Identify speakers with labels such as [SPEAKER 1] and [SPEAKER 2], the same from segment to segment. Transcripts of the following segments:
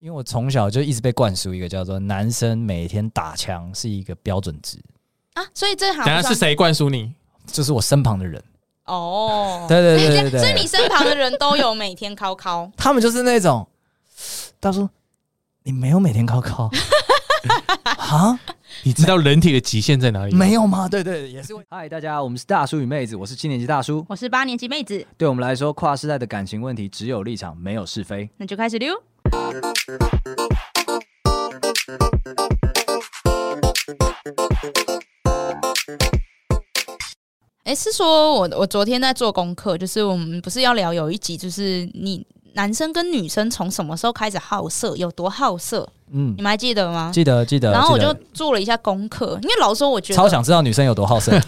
[SPEAKER 1] 因为我从小就一直被灌输一个叫做男生每天打枪是一个标准值，
[SPEAKER 2] 啊，所以这好
[SPEAKER 3] 等下
[SPEAKER 2] 像
[SPEAKER 3] 是谁灌输你？
[SPEAKER 1] 就是我身旁的人，
[SPEAKER 2] 哦，
[SPEAKER 1] 对对对对对
[SPEAKER 2] 所以你身旁的人都有每天敲敲，
[SPEAKER 1] 他们就是那种，大叔，你没有每天靠 靠啊？
[SPEAKER 3] 你知道人体的极限在哪里？
[SPEAKER 1] 没有吗？对对，也是会。嗨，大家，我们是大叔与妹子，我是七年级大叔。
[SPEAKER 2] 我是八年级妹子，
[SPEAKER 1] 对我们来说，跨世代的感情问题只有立场，没有是非。
[SPEAKER 2] 那就开始溜。哎、是说我我昨天在做功课，就是我们不是要聊有一集，就是你男生跟女生从什么时候开始好色，有多好色，
[SPEAKER 1] 嗯
[SPEAKER 2] 你，们还记得吗？
[SPEAKER 1] 记得记得。
[SPEAKER 2] 然后我
[SPEAKER 1] 记
[SPEAKER 2] 就
[SPEAKER 1] 得
[SPEAKER 2] 做了一下功课，因为老实说我觉得
[SPEAKER 1] 超想知道女生有多好 色，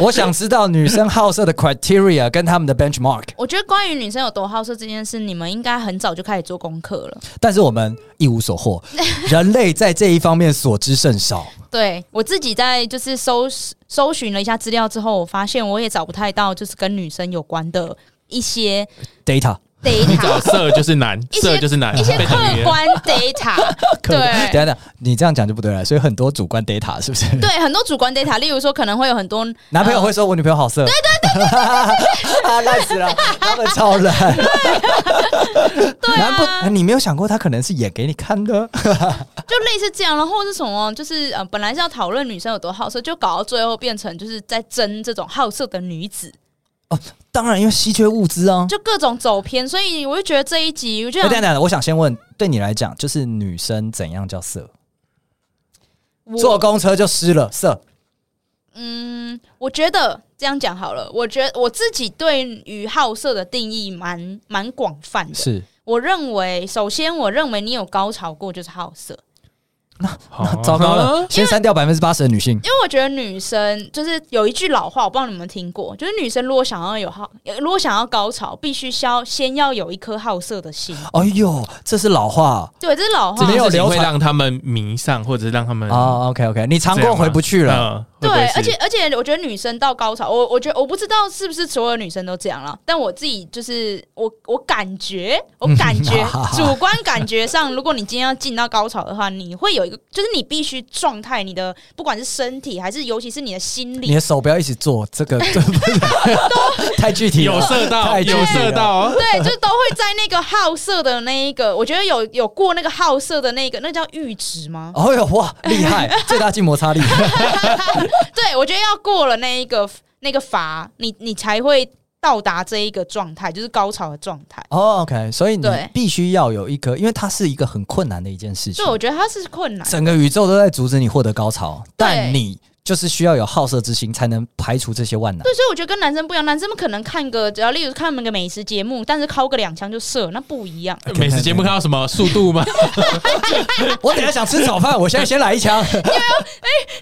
[SPEAKER 1] 我想知道女生好色的 criteria 跟他们的 benchmark，
[SPEAKER 2] 我觉得关于女生有多好色这件事，你们应该很早就开始做功课了。
[SPEAKER 1] 但是我们一无所获，人类在这一方面所知甚少。
[SPEAKER 2] 对我自己在就是搜搜寻了一下资料之后，我发现我也找不太到就是跟女生有关的一些
[SPEAKER 1] data，
[SPEAKER 3] 找
[SPEAKER 2] data，
[SPEAKER 3] 色就是难，
[SPEAKER 2] 些
[SPEAKER 3] 色就是难，
[SPEAKER 2] 一些
[SPEAKER 3] 被
[SPEAKER 2] 客
[SPEAKER 3] 同意了
[SPEAKER 2] 观 data。
[SPEAKER 1] 可能
[SPEAKER 2] 对
[SPEAKER 1] 等一下等一下，你这样讲就不对了，所以很多主观 data 是不是？
[SPEAKER 2] 对，很多主观 data，例如说可能会有很多
[SPEAKER 1] 男朋友会说我女朋友好色，啊对对 对对，烂死了，他们超烂。对难不？你没有想过他可能是演给你看的？
[SPEAKER 2] 呃就类似这样，然后是什么？就是呃，本来是要讨论女生有多好色，就搞到最后变成就是在争这种好色的女子，
[SPEAKER 1] 当然，因为稀缺物资啊。
[SPEAKER 2] 就各种走偏。所以我就觉得这一集，我就
[SPEAKER 1] 那等一下
[SPEAKER 2] 想
[SPEAKER 1] 等一下，我想先问，对你来讲，就是女生怎样叫色？坐
[SPEAKER 2] 我
[SPEAKER 1] 公车就湿了色，
[SPEAKER 2] 嗯，我觉得这样讲好了。我觉得我自己对于好色的定义蛮蛮广泛的。
[SPEAKER 1] 是
[SPEAKER 2] 我认为，首先我认为你有高潮过就是好色，
[SPEAKER 3] 好啊
[SPEAKER 1] 糟糕
[SPEAKER 3] 哦
[SPEAKER 1] 了，先删掉百分之八十的女性。
[SPEAKER 2] 因为我觉得女生就是有一句老话，我不知道你们有没有听过，就是女生如果想要有好，如果想要高潮，必须先先要有一颗好色的心。
[SPEAKER 1] 哎呦，这是老话
[SPEAKER 2] 对，这是老
[SPEAKER 3] 这
[SPEAKER 2] 话
[SPEAKER 1] 没。有
[SPEAKER 3] 件事情
[SPEAKER 1] 流
[SPEAKER 3] 会
[SPEAKER 1] 传
[SPEAKER 3] 让他们迷上，或者是让他们
[SPEAKER 1] 哦。OK OK，你尝
[SPEAKER 3] 嗯这样
[SPEAKER 1] 过
[SPEAKER 3] 吗
[SPEAKER 1] 回不去了。
[SPEAKER 3] 嗯
[SPEAKER 2] 对
[SPEAKER 3] 会不会，是
[SPEAKER 2] 而且而且，我觉得女生到高潮，我我觉得我不知道是不是所有女生都这样了，但我自己就是我我感觉，我感
[SPEAKER 3] 嗯
[SPEAKER 2] 觉主观感觉上，如果你今天要进到高潮的话，你会有一个，就是你必须状态，你的不管是身体还是尤其是你的心
[SPEAKER 1] 你
[SPEAKER 2] 理
[SPEAKER 1] 的，手不要一起做这个， 这不太具体了，
[SPEAKER 3] 有色到，
[SPEAKER 1] 太具体
[SPEAKER 3] 有色
[SPEAKER 1] 了
[SPEAKER 3] 到 哦。
[SPEAKER 2] 对，就是都会在那个好色的那一个，我觉得有有过那个好色的那个，那叫阈值吗？
[SPEAKER 1] 哦呦哇，厉害！最大静摩擦力，
[SPEAKER 2] 对，我觉得要过了那一个那个阀，你你才会到达这一个状态，就是高潮的状态。
[SPEAKER 1] 哦、o k 所以你
[SPEAKER 2] 对
[SPEAKER 1] 必须要有一颗，因为它是一个很困难的一件事情
[SPEAKER 2] 对，，我觉得它是困难的。
[SPEAKER 1] 整个宇宙都在阻止你获得高潮，但你就是需要有好色之心，才能排除这些万 难。
[SPEAKER 2] 对，所以我觉得跟男生不一样，男生们可能看个，只要例如看个美食节目，但是敲个两枪就射，那不一样。
[SPEAKER 3] 哎美食节目看到什么速度吗？
[SPEAKER 1] 我等一下想吃炒饭，我现在先来一枪。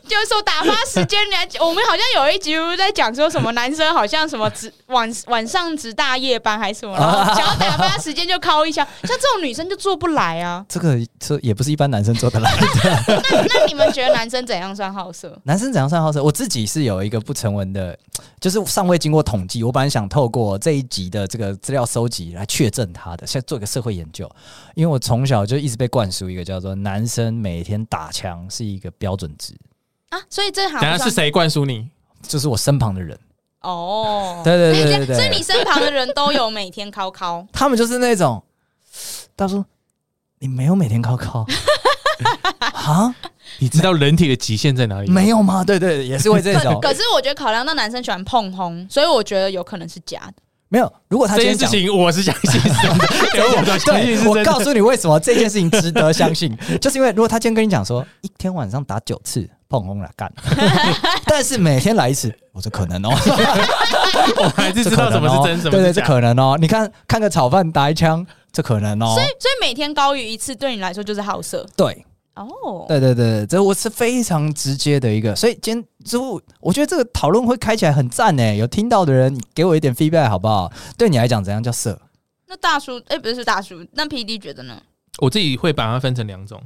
[SPEAKER 2] 就是说打发时间来，我们好像有一集不是在讲说什么男生好像什么值晚晚上值大夜班还是什么，然后想要打发时间就敲一枪，像这种女生就做不来啊。
[SPEAKER 1] 这个这也不是一般男生做得来的。
[SPEAKER 2] 那那你们觉得男生怎样算好色？
[SPEAKER 1] 男生怎样算好色？我自己是有一个不成文的，就是尚未经过统计，我本来想透过这一集的这个资料收集来确证他的，现在做一个社会研究。因为我从小就一直被灌输一个叫做男生每天打枪是一个标准值，
[SPEAKER 2] 啊，所以 这好
[SPEAKER 3] 等下
[SPEAKER 2] 像
[SPEAKER 3] 是谁灌输你？
[SPEAKER 1] 就是我身旁的人。
[SPEAKER 2] 哦，
[SPEAKER 1] 对对对对对
[SPEAKER 2] 所以你身旁的人都有每天敲敲，
[SPEAKER 1] 他们就是那种，大叔，你没有每天靠靠 啊？
[SPEAKER 3] 你知道人体的极限在哪里？
[SPEAKER 1] 没有吗？对对，也是会 这 种
[SPEAKER 2] 可可是我觉得考量到男生喜欢碰轰，所以我觉得有可能是假的。
[SPEAKER 1] 没有。如果他
[SPEAKER 3] 这
[SPEAKER 1] 今
[SPEAKER 3] 件
[SPEAKER 1] 天
[SPEAKER 3] 事
[SPEAKER 1] 讲。
[SPEAKER 3] 情我是相信是真的， 连 我都相信
[SPEAKER 1] 对，
[SPEAKER 3] 是
[SPEAKER 1] 我
[SPEAKER 3] 真
[SPEAKER 1] 告
[SPEAKER 3] 的。
[SPEAKER 1] 诉你为什么这件事情值得相信， 就是因为如果他今天跟你讲说一天晚上打九次碰轰了干， 但是每天来一次，我说可能 哦，
[SPEAKER 3] 我还是
[SPEAKER 1] 这
[SPEAKER 3] 知
[SPEAKER 1] 可
[SPEAKER 3] 道什
[SPEAKER 1] 能
[SPEAKER 3] 么
[SPEAKER 1] 哦，
[SPEAKER 3] 是真，什么
[SPEAKER 1] 对对，
[SPEAKER 3] 是
[SPEAKER 1] 这
[SPEAKER 3] 假。
[SPEAKER 1] 可能哦。你看看个炒饭打一枪，这可能哦
[SPEAKER 2] 所以，， 所以每天高于一次对你来说就是好色
[SPEAKER 1] 对。
[SPEAKER 2] 哦。
[SPEAKER 1] 对对对，对这我是非常直接的一个，所以今天之后，我觉得这个讨论会开起来很赞呢。有听到的人给我一点 feedback 好不好？对你来讲，怎样叫色？
[SPEAKER 2] 那大叔，哎、不是大叔，那 P D 觉得呢？
[SPEAKER 3] 我自己会把它分成两种，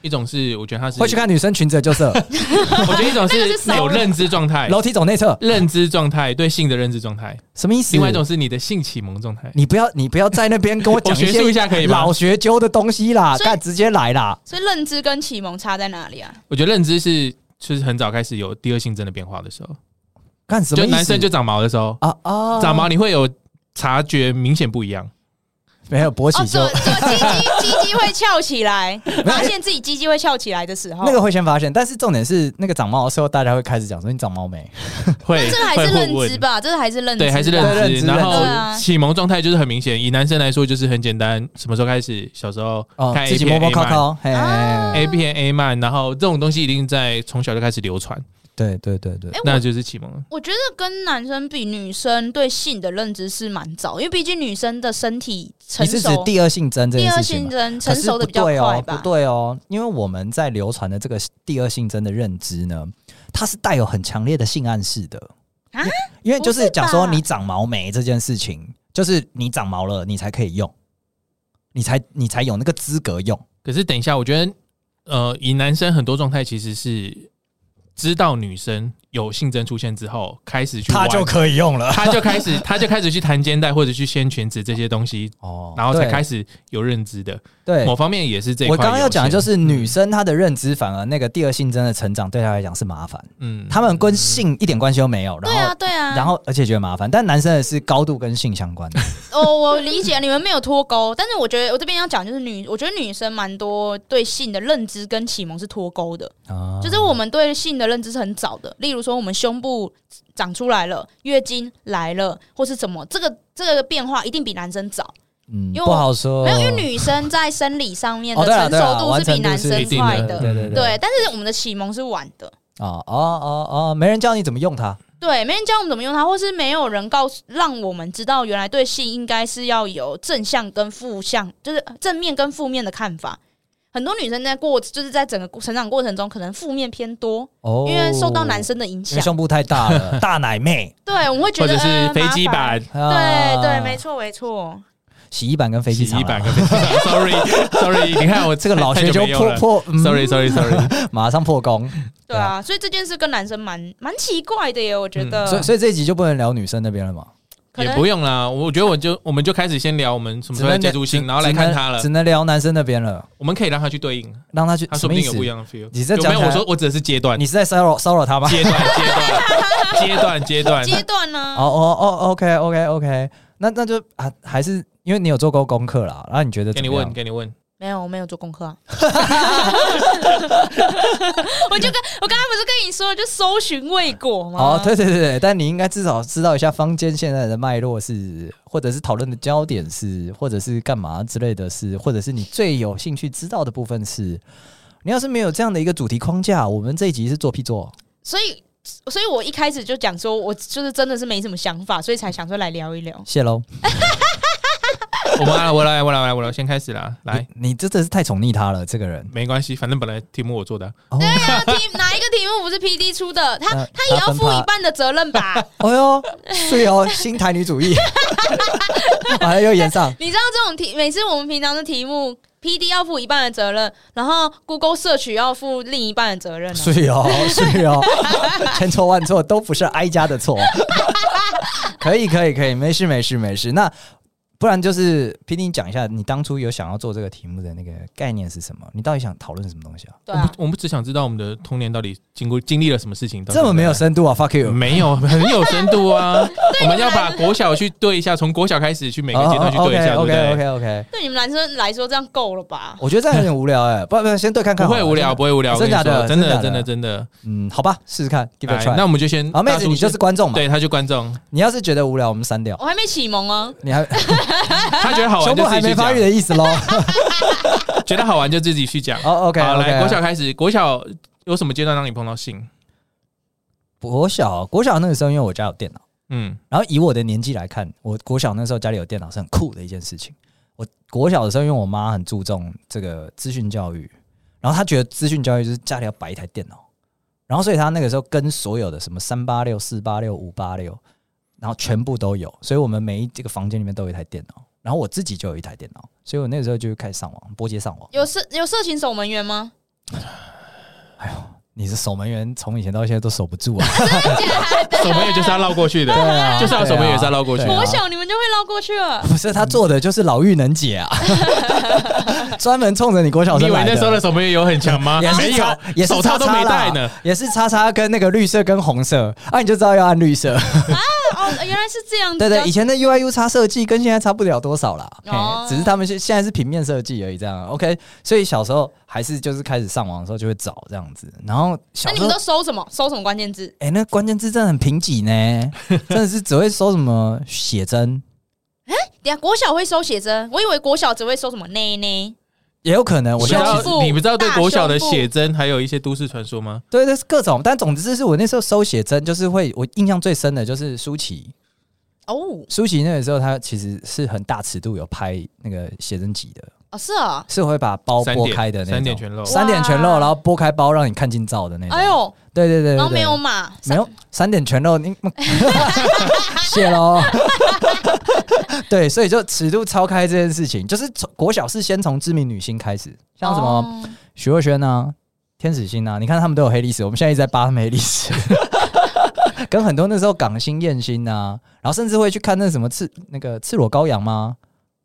[SPEAKER 3] 一种是我觉得他是
[SPEAKER 1] 会去，看女生裙子的就是
[SPEAKER 3] 我觉得一 种
[SPEAKER 2] 那个是
[SPEAKER 3] 是
[SPEAKER 2] 骚扰
[SPEAKER 3] 有认知状态，
[SPEAKER 1] 楼梯走内侧，
[SPEAKER 3] 认知状态对性的认知状态，
[SPEAKER 1] 什么意思？
[SPEAKER 3] 另外一种是你的性启蒙状态。
[SPEAKER 1] 你不要你不要在那边跟我讲
[SPEAKER 3] 我学
[SPEAKER 1] 些
[SPEAKER 3] 术一下可以吗
[SPEAKER 1] 老？学究的东西啦，
[SPEAKER 2] 所以
[SPEAKER 1] 干直接来啦。
[SPEAKER 2] 所以认知跟启蒙差在哪里啊？
[SPEAKER 3] 我觉得认知是就是很早开始有第二性征的变化的时候，
[SPEAKER 1] 干什么
[SPEAKER 3] 就
[SPEAKER 1] 意思？
[SPEAKER 3] 男生就长毛的时候，
[SPEAKER 1] 啊
[SPEAKER 2] 哦
[SPEAKER 1] 啊，
[SPEAKER 3] 长毛你会有察觉明显不 一样。
[SPEAKER 1] 没有勃
[SPEAKER 2] 哦，
[SPEAKER 1] 起就、
[SPEAKER 2] 左左鸡鸡 鸡鸡会翘起来，发现自己鸡鸡会翘起来的时候，
[SPEAKER 1] 那个会先发现，但是重点是那个长毛的时候，大家会开始讲说你长毛没？
[SPEAKER 3] 会，
[SPEAKER 2] 这还是
[SPEAKER 3] 会
[SPEAKER 2] 认
[SPEAKER 3] 问
[SPEAKER 2] 知吧？这还是认知吧，
[SPEAKER 3] 对，还是
[SPEAKER 1] 认
[SPEAKER 3] 认
[SPEAKER 1] 知
[SPEAKER 3] 知。然
[SPEAKER 2] 对啊
[SPEAKER 3] 后启蒙状态就是很明显，以男生来说就是很简单，什么时候开始？小时候
[SPEAKER 1] 哦
[SPEAKER 3] 看，
[SPEAKER 1] 自
[SPEAKER 3] A
[SPEAKER 1] 己摸
[SPEAKER 3] 片
[SPEAKER 1] 摸
[SPEAKER 3] A
[SPEAKER 1] 靠
[SPEAKER 3] 漫
[SPEAKER 1] 靠，嘿，
[SPEAKER 2] 啊
[SPEAKER 3] ，A 片 A 漫，然后这种东西一定在从小就开始流传，
[SPEAKER 1] 对对对对
[SPEAKER 2] 哎，
[SPEAKER 3] 那就是启蒙了。
[SPEAKER 2] 我觉得跟男生比，女生对性的认知是蛮早，因为毕竟女生的身体成
[SPEAKER 1] 你是指
[SPEAKER 2] 熟，
[SPEAKER 1] 第二性征这
[SPEAKER 2] 第
[SPEAKER 1] 件
[SPEAKER 2] 二
[SPEAKER 1] 事情
[SPEAKER 2] 性
[SPEAKER 1] 吗？
[SPEAKER 2] 征
[SPEAKER 1] 可
[SPEAKER 2] 成
[SPEAKER 1] 是
[SPEAKER 2] 熟
[SPEAKER 1] 不
[SPEAKER 2] 的比较
[SPEAKER 1] 对
[SPEAKER 2] 快
[SPEAKER 1] 哦，不
[SPEAKER 2] 吧？
[SPEAKER 1] 对哦，因为我们在流传的这个第二性征的认知呢，它是带有很强烈的性暗示的
[SPEAKER 2] 啊
[SPEAKER 1] 因为因为就
[SPEAKER 2] 不
[SPEAKER 1] 是
[SPEAKER 2] 是
[SPEAKER 1] 讲说
[SPEAKER 2] 吧
[SPEAKER 1] 你长毛没这件事情，就是你长毛了，你才可以用，你才你才有那个资格用。
[SPEAKER 3] 可是等一下，我觉得呃，以男生很多状态其实是知道女生有性征出现之后，开始去
[SPEAKER 1] 他
[SPEAKER 3] 玩，
[SPEAKER 1] 就可以用了。
[SPEAKER 3] 他就开始他就开始去弹肩带或者去掀裙子这些东西，
[SPEAKER 1] 哦
[SPEAKER 3] 然后才开
[SPEAKER 1] 始。
[SPEAKER 3] 始有认知的。
[SPEAKER 1] 对，
[SPEAKER 3] 某方面也是这一
[SPEAKER 1] 我
[SPEAKER 3] 块嗯有限。
[SPEAKER 1] 刚刚要讲的就是女生她的认知，反而那个第二性征的成长对她来讲是麻烦，
[SPEAKER 3] 嗯，嗯
[SPEAKER 1] 她们跟性一点关系都没有。然
[SPEAKER 2] 对
[SPEAKER 1] 后，
[SPEAKER 2] 啊，对啊。
[SPEAKER 1] 然后而且觉得麻烦，但男生的是高度跟性相关 的。
[SPEAKER 2] 哦，我理解你们没有脱钩，但是我觉得我这边要讲就是女，我觉得女生蛮多对性的认知跟启蒙是脱钩的，
[SPEAKER 1] 啊
[SPEAKER 2] 就是我们对性的认知是很早的，例如说我们胸部长出来了，月经来了，或是怎么，这个这个变化一定比男生早。
[SPEAKER 1] 嗯
[SPEAKER 2] 因为我
[SPEAKER 1] 不好说，
[SPEAKER 2] 没有，因为女生在生理上面
[SPEAKER 1] 哦
[SPEAKER 2] 的
[SPEAKER 1] 对啊
[SPEAKER 2] 成
[SPEAKER 1] 对啊
[SPEAKER 2] 熟度是比男生
[SPEAKER 3] 完成度是一定
[SPEAKER 2] 快
[SPEAKER 3] 的
[SPEAKER 2] 的，
[SPEAKER 1] 对对
[SPEAKER 2] 对。但是我们的启蒙是晚的，
[SPEAKER 1] 哦哦哦哦，没人教你怎么用它，
[SPEAKER 2] 对，没人教我们怎么用它，或是没有人告诉让我们知道，原来对性应该是要有正向跟负向，就是正面跟负面的看法。很多女生在过，就是在整个成长过程中，可能负面偏多，
[SPEAKER 1] 哦，
[SPEAKER 2] 因为受到男生的影
[SPEAKER 1] 因为
[SPEAKER 2] 响。
[SPEAKER 1] 胸部太大 了，大奶妹，
[SPEAKER 2] 对，我们会觉
[SPEAKER 3] 或
[SPEAKER 2] 得
[SPEAKER 3] 者是飞机。
[SPEAKER 2] 呃麻
[SPEAKER 3] 版、
[SPEAKER 2] 烦对
[SPEAKER 1] 啊
[SPEAKER 2] 对，没，错没错。
[SPEAKER 1] 洗衣板跟飞机
[SPEAKER 3] 洗
[SPEAKER 1] 场
[SPEAKER 3] 衣
[SPEAKER 1] 啊，
[SPEAKER 3] 板跟 飞机场，sorry sorry，你看我
[SPEAKER 1] 这个 老学
[SPEAKER 3] 太久
[SPEAKER 1] 究
[SPEAKER 3] 没用
[SPEAKER 1] 破
[SPEAKER 3] 了
[SPEAKER 1] 破嗯
[SPEAKER 3] ，sorry sorry sorry，
[SPEAKER 1] 马上破功，
[SPEAKER 2] 对啊，所以这件事跟男生蛮蛮奇怪的耶，我觉
[SPEAKER 3] 嗯
[SPEAKER 2] 得。
[SPEAKER 1] 所以所以这一集就不能聊女生那边了嘛，
[SPEAKER 2] 可
[SPEAKER 3] 也
[SPEAKER 2] 能
[SPEAKER 3] 不用啦。我觉得我就我们就开始先聊我们什么时候
[SPEAKER 1] 聊
[SPEAKER 3] 要接触性，
[SPEAKER 1] 只
[SPEAKER 3] 然后来看
[SPEAKER 1] 只
[SPEAKER 3] 他
[SPEAKER 1] 能
[SPEAKER 3] 了
[SPEAKER 1] 只。能聊男生那边了，
[SPEAKER 3] 我们可以让他去对应，
[SPEAKER 1] 让他去
[SPEAKER 3] 他
[SPEAKER 1] 什
[SPEAKER 3] 说不
[SPEAKER 1] 么意
[SPEAKER 3] 定有
[SPEAKER 1] 思
[SPEAKER 3] 不？一样的 feel。
[SPEAKER 1] 你这
[SPEAKER 3] 有
[SPEAKER 1] 讲
[SPEAKER 3] 没
[SPEAKER 1] 起
[SPEAKER 3] 有？
[SPEAKER 1] 来
[SPEAKER 3] 我说我只是阶段，
[SPEAKER 1] 你是在骚扰骚扰他吗？
[SPEAKER 3] 阶段阶段阶段阶段。
[SPEAKER 2] 阶段呢？
[SPEAKER 1] 哦哦哦，OK OK OK，那那就啊，还是因为你有做过功课啦，啊然后你觉得
[SPEAKER 3] 给
[SPEAKER 1] 怎
[SPEAKER 3] 你
[SPEAKER 1] 么样
[SPEAKER 3] 问，？给你问，
[SPEAKER 2] 没 有，我没有做功课、啊。我就跟我刚才不是跟你说，就搜寻未果吗？
[SPEAKER 1] 哦，对对对对，但你应该至少知道一下坊间现在的脉络是，或者是讨论的焦点是，或者是干嘛之类的事，或者是你最有兴趣知道的部分是。你要是没有这样的一个主题框架，我们这一集是做屁做。
[SPEAKER 2] 所以，所以我一开始就讲说，我就是真的是没什么想法，所以才想说来聊一聊。
[SPEAKER 1] 谢喽。
[SPEAKER 3] 我们来，我来，我来，我来，我来，先开始啦。来，
[SPEAKER 1] 你，你真的是太宠溺他了，这个人。
[SPEAKER 3] 没关系，反正本来题目我做的啊，
[SPEAKER 1] 哦，
[SPEAKER 2] 对啊，题哪一个题目不是 P D 出的？他、
[SPEAKER 1] 呃
[SPEAKER 2] 他也要负
[SPEAKER 1] 他分
[SPEAKER 2] 一
[SPEAKER 1] 趴
[SPEAKER 2] 半的责任 吧？
[SPEAKER 1] 哎呦，所以哦，新台女主义， 哎又演上。
[SPEAKER 2] 你知道这种题，每次我们平常的题目，P D 要负一半的责任，然后 Google 摄取要负另一半的责 任、啊。
[SPEAKER 1] 是哦，是哦， 千错万错都不是哀家的错。 可以，可以，可以，没事，没事，没事。那不然就是平你讲一下，你当初有想要做这个题目的那个概念是什么？你到底想讨论什么东西啊？
[SPEAKER 2] 对
[SPEAKER 3] 我们
[SPEAKER 2] 啊，
[SPEAKER 3] 我们只想知道我们的童年到底经过经历了什么事情，到
[SPEAKER 1] 这么没有
[SPEAKER 3] 现
[SPEAKER 1] 深度啊！Fuck
[SPEAKER 3] 在
[SPEAKER 1] you！
[SPEAKER 3] 没有很有深度啊。我们要把国小去对一下，从国小开始去每个
[SPEAKER 1] 哦
[SPEAKER 3] 阶段去对一下，对不
[SPEAKER 1] OK
[SPEAKER 3] 对
[SPEAKER 1] OK OK，
[SPEAKER 2] 对你们男生来说，这样够了吧？
[SPEAKER 1] 我觉得这样有点无聊哎，不不，先对看看
[SPEAKER 3] 不
[SPEAKER 1] 好了。
[SPEAKER 3] 会无聊，不会无聊，
[SPEAKER 1] 真的
[SPEAKER 3] 我跟你
[SPEAKER 1] 真
[SPEAKER 3] 说真
[SPEAKER 1] 的假的
[SPEAKER 3] 的，真的，真的。
[SPEAKER 1] 嗯，好吧，试试看，give it a
[SPEAKER 3] 来
[SPEAKER 1] try。
[SPEAKER 3] 哎那我们就先
[SPEAKER 1] 好，妹
[SPEAKER 3] 大
[SPEAKER 1] 子，
[SPEAKER 3] 叔
[SPEAKER 1] 你就是观众嘛。
[SPEAKER 3] 对，他就观众，
[SPEAKER 1] 你要是觉得无聊，我们删 掉。
[SPEAKER 2] 我还没启蒙啊。
[SPEAKER 1] 你还
[SPEAKER 3] 他觉得好
[SPEAKER 1] 胸
[SPEAKER 3] 玩
[SPEAKER 1] 部
[SPEAKER 3] 就
[SPEAKER 1] 还
[SPEAKER 3] 自己
[SPEAKER 1] 没
[SPEAKER 3] 去
[SPEAKER 1] 发育的
[SPEAKER 3] 讲，意
[SPEAKER 1] 意 思喽？
[SPEAKER 3] 觉得好玩就自己去讲。
[SPEAKER 1] 哦，OK，
[SPEAKER 3] 好，来
[SPEAKER 1] OK，
[SPEAKER 3] 国小开始，国小有什么阶段让你碰到性？
[SPEAKER 1] 国小国小那个时候，因为我家有电脑。
[SPEAKER 3] 嗯，
[SPEAKER 1] 然后以我的年纪来看，我国小那时候家里有电脑是很酷的一件事情。我国小的时候，因为我妈很注重这个资讯教育，然后她觉得资讯教育就是家里要摆一台电脑，然后所以她那个时候跟所有的什么三八六、四八六、五八六，然后全部都有，所以我们每一这个房间里面都有一台电脑，然后我自己就有一台电脑，所以我那个时候就开始上网，拨接上网。
[SPEAKER 2] 有社有色情守门员吗？
[SPEAKER 1] 你是守门员，从以前到现在都守不住啊。
[SPEAKER 3] 守门员就是要绕过去的，
[SPEAKER 1] 对啊，
[SPEAKER 3] 就是要守门员是要绕过去
[SPEAKER 1] 对啊
[SPEAKER 2] 我想你们就会绕过去了。
[SPEAKER 1] 不是他做的就是老妪能解 啊，专门冲着你国小
[SPEAKER 3] 你以
[SPEAKER 1] 生
[SPEAKER 3] 为
[SPEAKER 1] 来
[SPEAKER 3] 那时候
[SPEAKER 1] 的。
[SPEAKER 3] 的守门员有很强 吗？
[SPEAKER 1] 也是
[SPEAKER 3] 啊没有
[SPEAKER 1] 叉，也是
[SPEAKER 3] 手
[SPEAKER 1] 叉叉
[SPEAKER 3] 套都没
[SPEAKER 1] 啦
[SPEAKER 3] 戴呢。，
[SPEAKER 1] 也是叉叉跟那个绿色跟红色啊，你就知道要按绿色。
[SPEAKER 2] 哦，原来是这样子。
[SPEAKER 1] 对对，以
[SPEAKER 2] 就
[SPEAKER 1] 前的 U I U 差设计跟现在差不了多少啦，嘿
[SPEAKER 2] 哦
[SPEAKER 1] 只是他们现现在是平面设计而已，这样 OK。所以小时候还是就是开始上网的时候就会找这样子，然后
[SPEAKER 2] 那
[SPEAKER 1] 小
[SPEAKER 2] 你
[SPEAKER 1] 时
[SPEAKER 2] 们
[SPEAKER 1] 候
[SPEAKER 2] 都搜什么？搜什么关键字？
[SPEAKER 1] 哎、那关键字真的很贫瘠呢，真的是只会搜什么写真，
[SPEAKER 2] 等一下啊国小会搜写真，我以为国小只会搜什么内内。
[SPEAKER 1] 也有可能。我
[SPEAKER 3] 你知
[SPEAKER 1] 现在
[SPEAKER 2] 胸
[SPEAKER 1] 其实
[SPEAKER 2] 部
[SPEAKER 3] 道你不知道对国小的
[SPEAKER 2] 大胸部
[SPEAKER 3] 写真还有一些都市传说吗？
[SPEAKER 1] 对，那是各种，但总之是我那时候搜写真，就是会我印象最深的就是舒淇，
[SPEAKER 2] 哦
[SPEAKER 1] 舒淇那个时候她其实是很大尺度有拍那个写真集的，
[SPEAKER 2] 哦是啊，
[SPEAKER 1] 是会把包
[SPEAKER 3] 三
[SPEAKER 1] 剥
[SPEAKER 3] 点
[SPEAKER 1] 哦开的那种，
[SPEAKER 3] 三点全露，
[SPEAKER 1] 三点全
[SPEAKER 2] 哇
[SPEAKER 1] 露，然后剥开包让你看近照的那种。
[SPEAKER 2] 哎呦，
[SPEAKER 1] 对对对对
[SPEAKER 2] 然后没有
[SPEAKER 1] 对
[SPEAKER 2] 码，
[SPEAKER 1] 没有三点全露，你 谢喽。 对，所以就尺度超开这件事情，就是从国小是先从知名女星开始，像什么
[SPEAKER 2] 哦
[SPEAKER 1] 徐若瑄啊、天使星啊，你看他们都有黑历史，我们现在一直在扒他们黑历史。 跟很多那时候港星、艳星啊，然后甚至会去看那什么赤那个赤裸羔羊吗？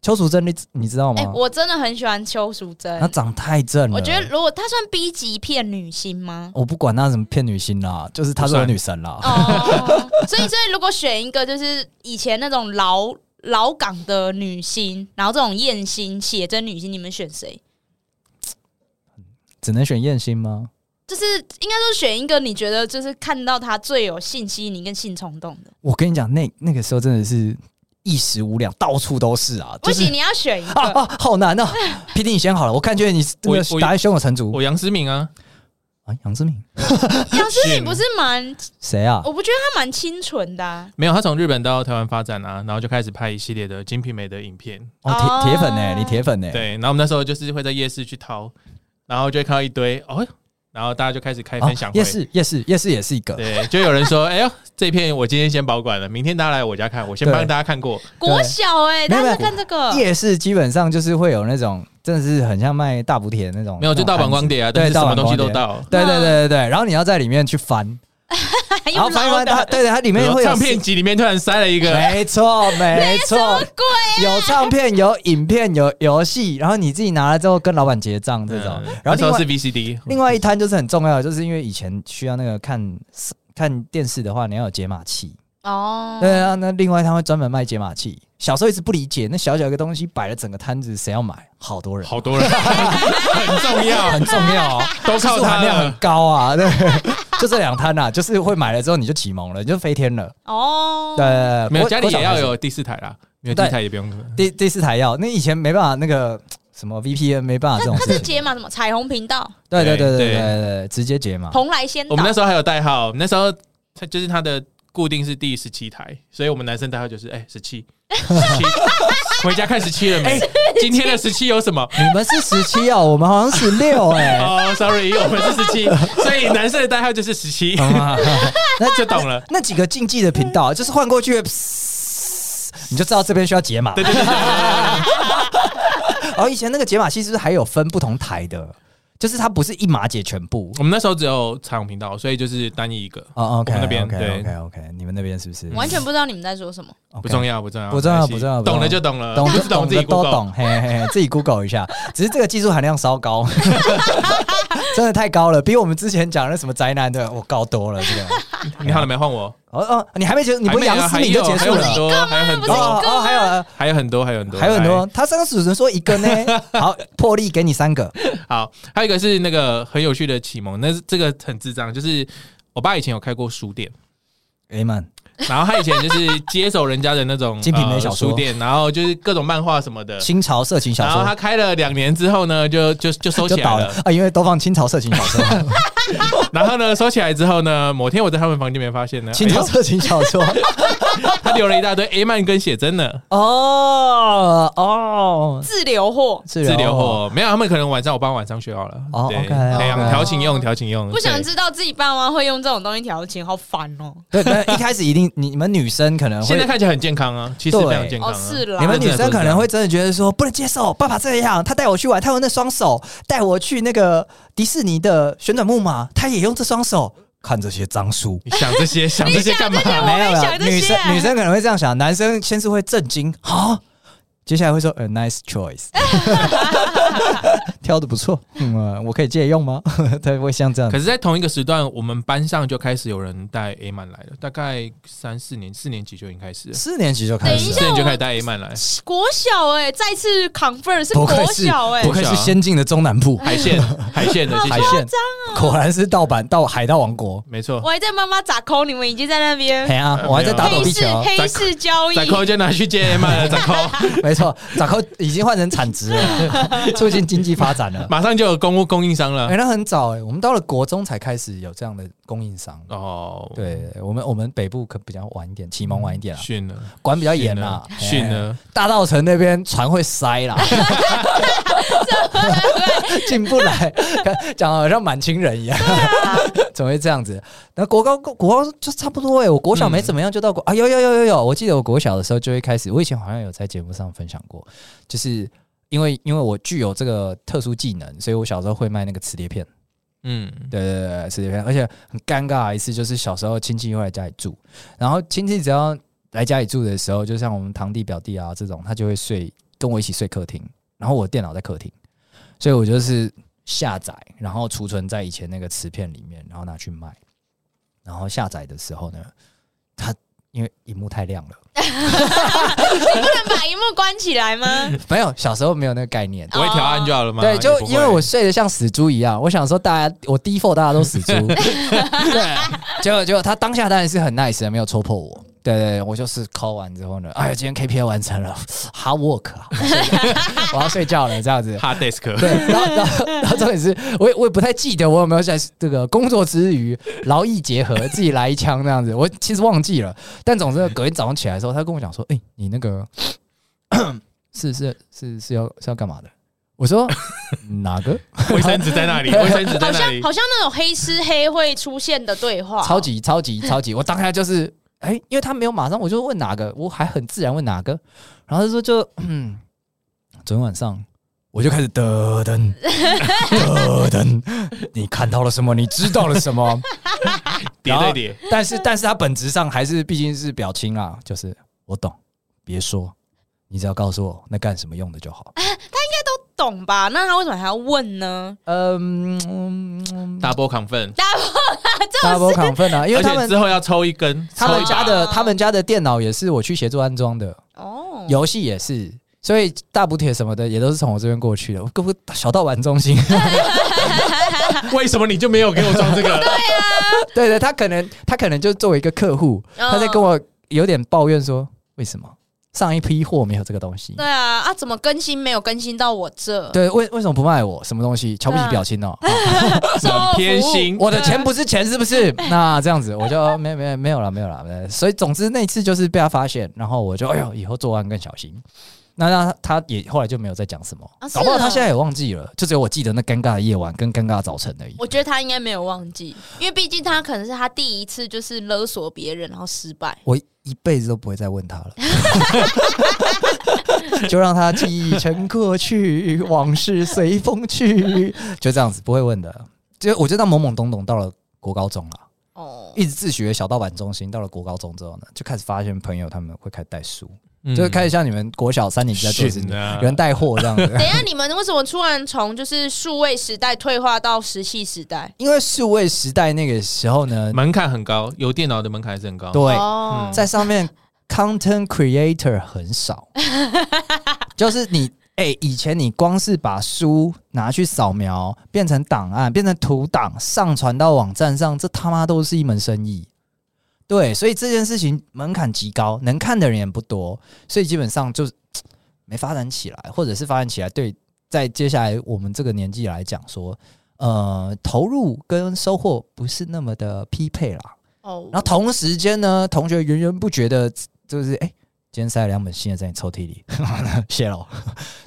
[SPEAKER 1] 邱淑贞，你你知道吗
[SPEAKER 2] 哎、？我真的很喜欢邱淑贞
[SPEAKER 1] 她，长太正了，？
[SPEAKER 2] 我觉得如果她算 B 级片女星吗
[SPEAKER 1] 我不管她什么骗女星啦，就是她是我
[SPEAKER 3] 不算
[SPEAKER 1] 女神啦。
[SPEAKER 2] 哦，所以所 以如果选一个就是以前那种老老港的女星，然后这种艳星、写真女星，你们选谁？
[SPEAKER 1] 只能选艳星吗？
[SPEAKER 2] 就是应该说选一个你觉得就是看到她最有性吸引你跟性冲动的。
[SPEAKER 1] 我跟你讲，那那个时候真的是一时无两，到处都是啊，
[SPEAKER 2] 不
[SPEAKER 1] 就
[SPEAKER 2] 行，
[SPEAKER 1] 是
[SPEAKER 2] 你要选一
[SPEAKER 1] 啊
[SPEAKER 2] 个。
[SPEAKER 1] 啊，好难哦。P D，你先好了，我感觉你这个
[SPEAKER 3] 我我
[SPEAKER 1] 答案胸有成竹
[SPEAKER 3] 我杨思敏啊，
[SPEAKER 1] 啊。杨志明
[SPEAKER 2] 杨诗敏
[SPEAKER 3] 选
[SPEAKER 2] 不是蛮，
[SPEAKER 1] 谁啊？
[SPEAKER 2] 我不觉得她蛮清纯的、啊。
[SPEAKER 3] 没有，他从日本到台湾发展啊，然后就开始拍一系列的《金瓶梅》的影片。
[SPEAKER 1] 哦，铁铁粉呢？
[SPEAKER 2] 哦
[SPEAKER 1] 你铁粉欸呢？
[SPEAKER 3] 对，然后我们那时候就是会在夜市去掏，然后就会看到一堆哦，然后大家就开始开分享
[SPEAKER 1] 啊
[SPEAKER 3] 会。
[SPEAKER 1] 夜市，夜市，夜市也是一个。
[SPEAKER 3] 对，就有人说：“哎呦，这片我今天先保管了，明天大家来我家看，我先
[SPEAKER 1] 对
[SPEAKER 3] 帮大家看过。
[SPEAKER 2] 国小哎、
[SPEAKER 1] 没有
[SPEAKER 2] 大
[SPEAKER 1] 没
[SPEAKER 2] 家
[SPEAKER 1] 有
[SPEAKER 2] 在看这个，
[SPEAKER 1] 夜市基本上就是会有那种，真的是很像卖大补贴的那种”，
[SPEAKER 3] 没有，就盗版光碟啊，
[SPEAKER 1] 那
[SPEAKER 3] 但
[SPEAKER 1] 种摊子对，
[SPEAKER 3] 是什么东西
[SPEAKER 1] 盗
[SPEAKER 3] 都
[SPEAKER 1] 版光碟。
[SPEAKER 3] 盗，
[SPEAKER 1] 对对对对对，然后你要在里面去翻，
[SPEAKER 2] 还
[SPEAKER 1] 然后
[SPEAKER 2] 有
[SPEAKER 1] 翻一
[SPEAKER 2] 老
[SPEAKER 1] 翻它，
[SPEAKER 2] 的，
[SPEAKER 1] 对对，它里面会有哎
[SPEAKER 3] 唱片集里面突然塞了一个，
[SPEAKER 1] 没错，没错，
[SPEAKER 2] 贵
[SPEAKER 1] 有唱片，有影片，有游戏，然后你自己拿了之后跟老板结账这种
[SPEAKER 3] 嗯。
[SPEAKER 1] 然
[SPEAKER 3] 那
[SPEAKER 1] 后
[SPEAKER 3] 时
[SPEAKER 1] 另
[SPEAKER 3] 候
[SPEAKER 1] 外
[SPEAKER 3] 是 VCD，
[SPEAKER 1] 另外一摊就是很重要的，就是因为以前需要那个看看电视的话，你要有解码器。
[SPEAKER 2] 哦
[SPEAKER 1] 对啊，那另外他会专门卖解码器。小时候一直不理解，那小小一个东西摆了整个摊子，谁要买？好多人，
[SPEAKER 3] 好多人，很重要
[SPEAKER 1] 很，重要哦，
[SPEAKER 3] 都靠
[SPEAKER 1] 技术含
[SPEAKER 3] 它
[SPEAKER 1] 量很
[SPEAKER 3] 了。
[SPEAKER 1] 高啊。对， 就这两摊啊，就是会买了之后你就启蒙了，你就飞天了。
[SPEAKER 2] 哦，
[SPEAKER 1] 对，啊对，对
[SPEAKER 3] 没有
[SPEAKER 1] 国
[SPEAKER 3] 家里
[SPEAKER 1] 国小
[SPEAKER 3] 也要
[SPEAKER 1] 开始
[SPEAKER 3] 有第四台啦，没有第一台也不用。
[SPEAKER 1] 第第四台要，那以前没办法那个什么 VPN 没办法这种
[SPEAKER 2] 它
[SPEAKER 1] 事
[SPEAKER 2] 是
[SPEAKER 1] 情。
[SPEAKER 2] 解码什么彩虹频道、
[SPEAKER 1] 对对对对
[SPEAKER 3] 对
[SPEAKER 1] 对
[SPEAKER 3] 对
[SPEAKER 1] 对对，直接解码。
[SPEAKER 2] 蓬莱仙岛
[SPEAKER 3] 我们那时候还有代号，那时候它就是它的固定是第十七台，所以我们男生代号就是哎十七十七， 回家看十七了
[SPEAKER 1] 哎
[SPEAKER 3] 没？今天的十七有什么？
[SPEAKER 1] 你们是十七哦，我们好像十六 哎。
[SPEAKER 3] 哦，sorry，我们是十 七，所以男生的代号就是十七，
[SPEAKER 1] 哦那
[SPEAKER 3] 就懂了。
[SPEAKER 1] 那几个竞技的频道，就是换过去，你就知道这边需要解码。
[SPEAKER 3] 对对对对对
[SPEAKER 1] 然后以前那个解码器是不是还有分不同台的？就是它不是一码解全部。
[SPEAKER 3] 我们那时候只有彩虹频道，所以就是单一一个，
[SPEAKER 1] 哦，OK，
[SPEAKER 3] 我们那边
[SPEAKER 1] OK
[SPEAKER 3] 对
[SPEAKER 1] OK OK，你们那边是不是？
[SPEAKER 2] 完全不知道你们在说什么。
[SPEAKER 1] OK
[SPEAKER 3] 不重要，不重要，
[SPEAKER 1] 不重要
[SPEAKER 3] 没
[SPEAKER 1] 不
[SPEAKER 3] 关系
[SPEAKER 1] 重要不重要
[SPEAKER 3] 懂了就懂了，
[SPEAKER 1] 懂
[SPEAKER 3] 不
[SPEAKER 1] 就
[SPEAKER 3] 懂自己
[SPEAKER 1] 的都
[SPEAKER 3] Google。
[SPEAKER 1] 懂，嘿嘿，嘿自己 Google 一下。只是这个技术含量稍高， 真的太高了，比我们之前讲的什么宅男的我高多了。这个，
[SPEAKER 3] 你好了没？换我，
[SPEAKER 1] 哦哦，你还没嗯结束，你不是杨思
[SPEAKER 3] 还没
[SPEAKER 1] 敏
[SPEAKER 3] 有
[SPEAKER 1] 就结
[SPEAKER 3] 还
[SPEAKER 1] 束
[SPEAKER 3] 有
[SPEAKER 1] 了
[SPEAKER 3] 很？多，还有很
[SPEAKER 1] 哦
[SPEAKER 3] 多，
[SPEAKER 2] 啊
[SPEAKER 1] 哦，哦还有了
[SPEAKER 3] 还有很多，还有很多，
[SPEAKER 1] 还有很多，他三个主持人说一个 呢，好，破例给你三个。
[SPEAKER 3] 哎好，还有一个是那个很有趣的启蒙，那是这个很智障，就是我爸以前有开过书店，
[SPEAKER 1] 哎们，
[SPEAKER 3] 然后他以前就是接手人家的那种
[SPEAKER 1] 精品美小
[SPEAKER 3] 呃
[SPEAKER 1] 说
[SPEAKER 3] 书店，然后就是各种漫画什么的。
[SPEAKER 1] 清朝色情小
[SPEAKER 3] 呃然后他
[SPEAKER 1] 说
[SPEAKER 3] 开了两年之后呢，就就就收
[SPEAKER 1] 就
[SPEAKER 3] 起来
[SPEAKER 1] 倒
[SPEAKER 3] 了哎
[SPEAKER 1] 了。啊，因为都放清朝色情小 说，
[SPEAKER 3] 然后呢，收起来之后呢，某天我在他们房间里面发现呢，
[SPEAKER 1] 清
[SPEAKER 3] 哎
[SPEAKER 1] 朝
[SPEAKER 3] 呦
[SPEAKER 1] 色情小说
[SPEAKER 3] 他留了一大堆 A 曼跟写真呢，
[SPEAKER 1] 哦哦，
[SPEAKER 2] 自留货，
[SPEAKER 1] 自
[SPEAKER 3] 自留。货没有，他们可能晚上我帮晚上学好了。
[SPEAKER 1] 哦
[SPEAKER 3] 对
[SPEAKER 1] OK，OK
[SPEAKER 3] 对啊调情用，调情
[SPEAKER 1] 嗯
[SPEAKER 3] 用，
[SPEAKER 2] 不想
[SPEAKER 3] 对
[SPEAKER 2] 知道自己爸妈会用这种东西调情，好烦哦。
[SPEAKER 1] 对，可能一开始一定你你们女生可能
[SPEAKER 3] 现在
[SPEAKER 1] 会，
[SPEAKER 3] 看起来很健康啊，其实非常健康
[SPEAKER 2] 哦，
[SPEAKER 3] 啊。
[SPEAKER 2] 是
[SPEAKER 1] 你
[SPEAKER 2] 啦，
[SPEAKER 1] 们女生可能会真的觉得说不能接受，爸爸这样，他带我去玩，他用那双手带我去那个迪士尼的旋转木马，他也用这双手看这些脏书。
[SPEAKER 3] 你想这些，想这些干嘛？
[SPEAKER 2] 我
[SPEAKER 1] 没有
[SPEAKER 2] 没
[SPEAKER 1] 没
[SPEAKER 2] 想
[SPEAKER 1] 有，
[SPEAKER 2] 这
[SPEAKER 1] 女
[SPEAKER 2] 些
[SPEAKER 1] 生女生可能会这样想，男生先是会震惊啊，接下来会说 a nice choice，挑的不错，嗯，呃我可以借用吗？ 他会像这样
[SPEAKER 3] 可，是，在同一个时段，我们班上就开始有人带 A 曼来了，大概三四年、四年级就已经开始了，
[SPEAKER 2] 啊
[SPEAKER 1] 四年级就开
[SPEAKER 2] 等一
[SPEAKER 1] 始
[SPEAKER 2] 下
[SPEAKER 1] 了，
[SPEAKER 3] 四年就开始带 A 曼来，
[SPEAKER 2] 国小哎，再次 confirm 是
[SPEAKER 1] 不
[SPEAKER 2] 国
[SPEAKER 1] 愧是
[SPEAKER 2] 小啊哎
[SPEAKER 1] 不，愧是先进的中南部
[SPEAKER 3] 海线海线的，谢
[SPEAKER 1] 海
[SPEAKER 3] 谢。
[SPEAKER 1] 线，
[SPEAKER 2] 哦
[SPEAKER 1] 果然是盗版到海盗王 国。
[SPEAKER 3] 没错
[SPEAKER 2] 我，还在妈妈咋抠，你们已经在那边
[SPEAKER 1] 哎呀，我还在打躲
[SPEAKER 2] 黑
[SPEAKER 1] 避
[SPEAKER 2] 市
[SPEAKER 1] 球，
[SPEAKER 2] 黑市交易，
[SPEAKER 3] 在 扣就拿去接 A 曼了，在扣
[SPEAKER 1] 没错，早扣已经换成产值 了，促进经济发展 了。
[SPEAKER 3] 马上就有供物供应商了
[SPEAKER 1] 哎，。那很早哎，我们到了国中才开始有这样的供应商。
[SPEAKER 3] 哦，，嗯
[SPEAKER 1] 对我们，我们北部可比较晚一点，启蒙晚一点啊，
[SPEAKER 3] 训了，
[SPEAKER 1] 管比较严啊。
[SPEAKER 3] 训
[SPEAKER 1] 哎
[SPEAKER 3] 了，
[SPEAKER 1] 大稻城那边船会塞啦，进不来，讲得好像满清人一样， 怎么会这样子？那国高国高就差不多哎、我国小没怎么样就到国、啊，有有有有有，我记得我国小的时候就会开始，我以前好像有在节目上分享过，就是因为因为我具有这个特殊技能，所以我小时候会卖那个磁碟片。
[SPEAKER 3] 嗯，
[SPEAKER 1] 对对对，磁碟片，而且很尴尬的一次就是小时候亲戚会来家里住，然后亲戚只要来家里住的时候，就像我们堂弟表弟啊这种，他就会睡跟我一起睡客厅，然后我电脑在客厅，所以我就是下载，然后储存在以前那个磁片里面，然后拿去卖。然后下载的时候呢，它因为荧幕太亮了，
[SPEAKER 2] 不能把荧幕关起来 吗？
[SPEAKER 1] 没有小时候没有那个概念，
[SPEAKER 3] 不会调暗就好了吗？
[SPEAKER 1] 对，就
[SPEAKER 3] 也不会
[SPEAKER 1] 因为我睡得像死猪一样，我想说大家我 default 大家都 死猪，对，啊结果结果他当下当然是很 nice 的，没有戳破我。对对对，我就是抠完之后呢，哎呀，今天 KPI 完成了，hard work，啊我要睡 觉我要睡觉了，这样子。
[SPEAKER 3] hard desk，
[SPEAKER 1] 对，然后然后然后重点是，我也我也不太记得我有没有在这个工作之余劳逸结合，自己来一枪那样子，我其实忘记了。但总之隔天早上起来的时候，他跟我讲说：“哎、你那个 是是是是要是要干嘛的？”我说：“哪个？
[SPEAKER 3] 卫生纸在那里，卫生纸
[SPEAKER 2] 好
[SPEAKER 3] 在那
[SPEAKER 2] 像
[SPEAKER 3] 里，
[SPEAKER 2] 好像那种黑吃黑会出现的对 话，
[SPEAKER 1] 超级超级超级！”我当下就是哎、因为他没有马上，我就问哪个，我还很自然问哪个，然后他说就嗯，昨天晚上。我就开始噔噔噔噔，你看到了什么？你知道了什么？
[SPEAKER 3] 叠对叠，
[SPEAKER 1] 但是，但是他本质上还是毕竟是表亲啊，就是我懂，别说，你只要告诉我那干什么用的就好。
[SPEAKER 2] 懂吧？那他为什么还要问呢？
[SPEAKER 1] 嗯嗯
[SPEAKER 3] 大波亢奋，
[SPEAKER 1] ，double 亢奋啊，因为
[SPEAKER 3] 而
[SPEAKER 1] 他
[SPEAKER 3] 且
[SPEAKER 1] 们
[SPEAKER 3] 之后要抽一根，
[SPEAKER 1] 他
[SPEAKER 3] 抽一
[SPEAKER 1] 们家
[SPEAKER 3] 把
[SPEAKER 1] 的
[SPEAKER 2] 啊
[SPEAKER 1] 他们家的电脑也是我去协助安装的，
[SPEAKER 2] 哦，
[SPEAKER 1] 游戏也是。所以大补贴什么的也都是从我这边过去的，我跟我小到玩中 心，
[SPEAKER 3] 为什么你就没有给我装这 个？
[SPEAKER 1] 对对，他可能他可能就作为一个客户，他在跟
[SPEAKER 2] 我。
[SPEAKER 1] 我有点抱怨说，为什么上一批货没有这个东西？
[SPEAKER 2] 对啊，啊，怎么更新没有更新到我这？
[SPEAKER 1] 对，为为什么不卖我？什么东西？瞧不起
[SPEAKER 2] 对啊
[SPEAKER 1] 表情哦、
[SPEAKER 2] 售后服务，
[SPEAKER 3] 很偏心
[SPEAKER 1] 我的钱不是钱，是不 是？那这样子，我就没没没有了，没有了。呃所以总之那次就是被他发现，然后我就哎呦，以后作案更小心。那那他也后来就没有再讲什么，
[SPEAKER 2] 啊是
[SPEAKER 1] 搞不好他
[SPEAKER 2] 啊
[SPEAKER 1] 现在也忘记了，就只有我记得那尴尬的夜晚跟尴尬的早晨而已。
[SPEAKER 2] 我觉得他应该没有忘记，因为毕竟他可能是他第一次就是勒索别人，然后失败。
[SPEAKER 1] 我一辈子都不会再问他了， 就让他记忆成过去，往事随风去，就这样子，不会问的。就我就当懵懵懂懂到了国高中了。
[SPEAKER 2] 哦，
[SPEAKER 1] 一直自学小盗版中心，到了国高中之后呢，就开始发现朋友他们会开始带书，
[SPEAKER 3] 嗯
[SPEAKER 1] 就是开始像你们国小三年级在做的事情，
[SPEAKER 3] 是啊
[SPEAKER 1] 有人带货这样子。
[SPEAKER 2] 等一下，你们为什么突然从就是数位时代退化到石器时代？
[SPEAKER 1] 因为数位时代那个时候呢，
[SPEAKER 3] 门槛很高，有电脑的门槛还是很高。
[SPEAKER 1] 对，
[SPEAKER 2] 哦
[SPEAKER 3] 嗯
[SPEAKER 1] 在上面 content creator 很少，就是你。哎、以前你光是把书拿去扫描，变成档案，变成图档，上传到网站上，这他妈都是一门生意。对，所以这件事情门槛极高，能看的人也不多，所以基本上就是没发展起来，或者是发展起来，对，在接下来我们这个年纪来讲说，呃，投入跟收获不是那么的匹配啦。
[SPEAKER 2] 哦
[SPEAKER 1] 然后同时间呢，同学源源不绝的就是哎、今天塞了两本新的在你抽屉里， 谢喽。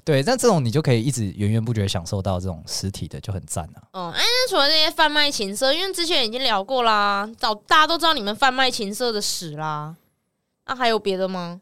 [SPEAKER 1] 对，但这种你就可以一直源源不绝地享受到这种实体的，就很赞 啊。
[SPEAKER 2] 哦，哎，那除了这些贩卖情色，因为之前已经聊过啦，早大家都知道你们贩卖情色的史啦。那、还有别的吗？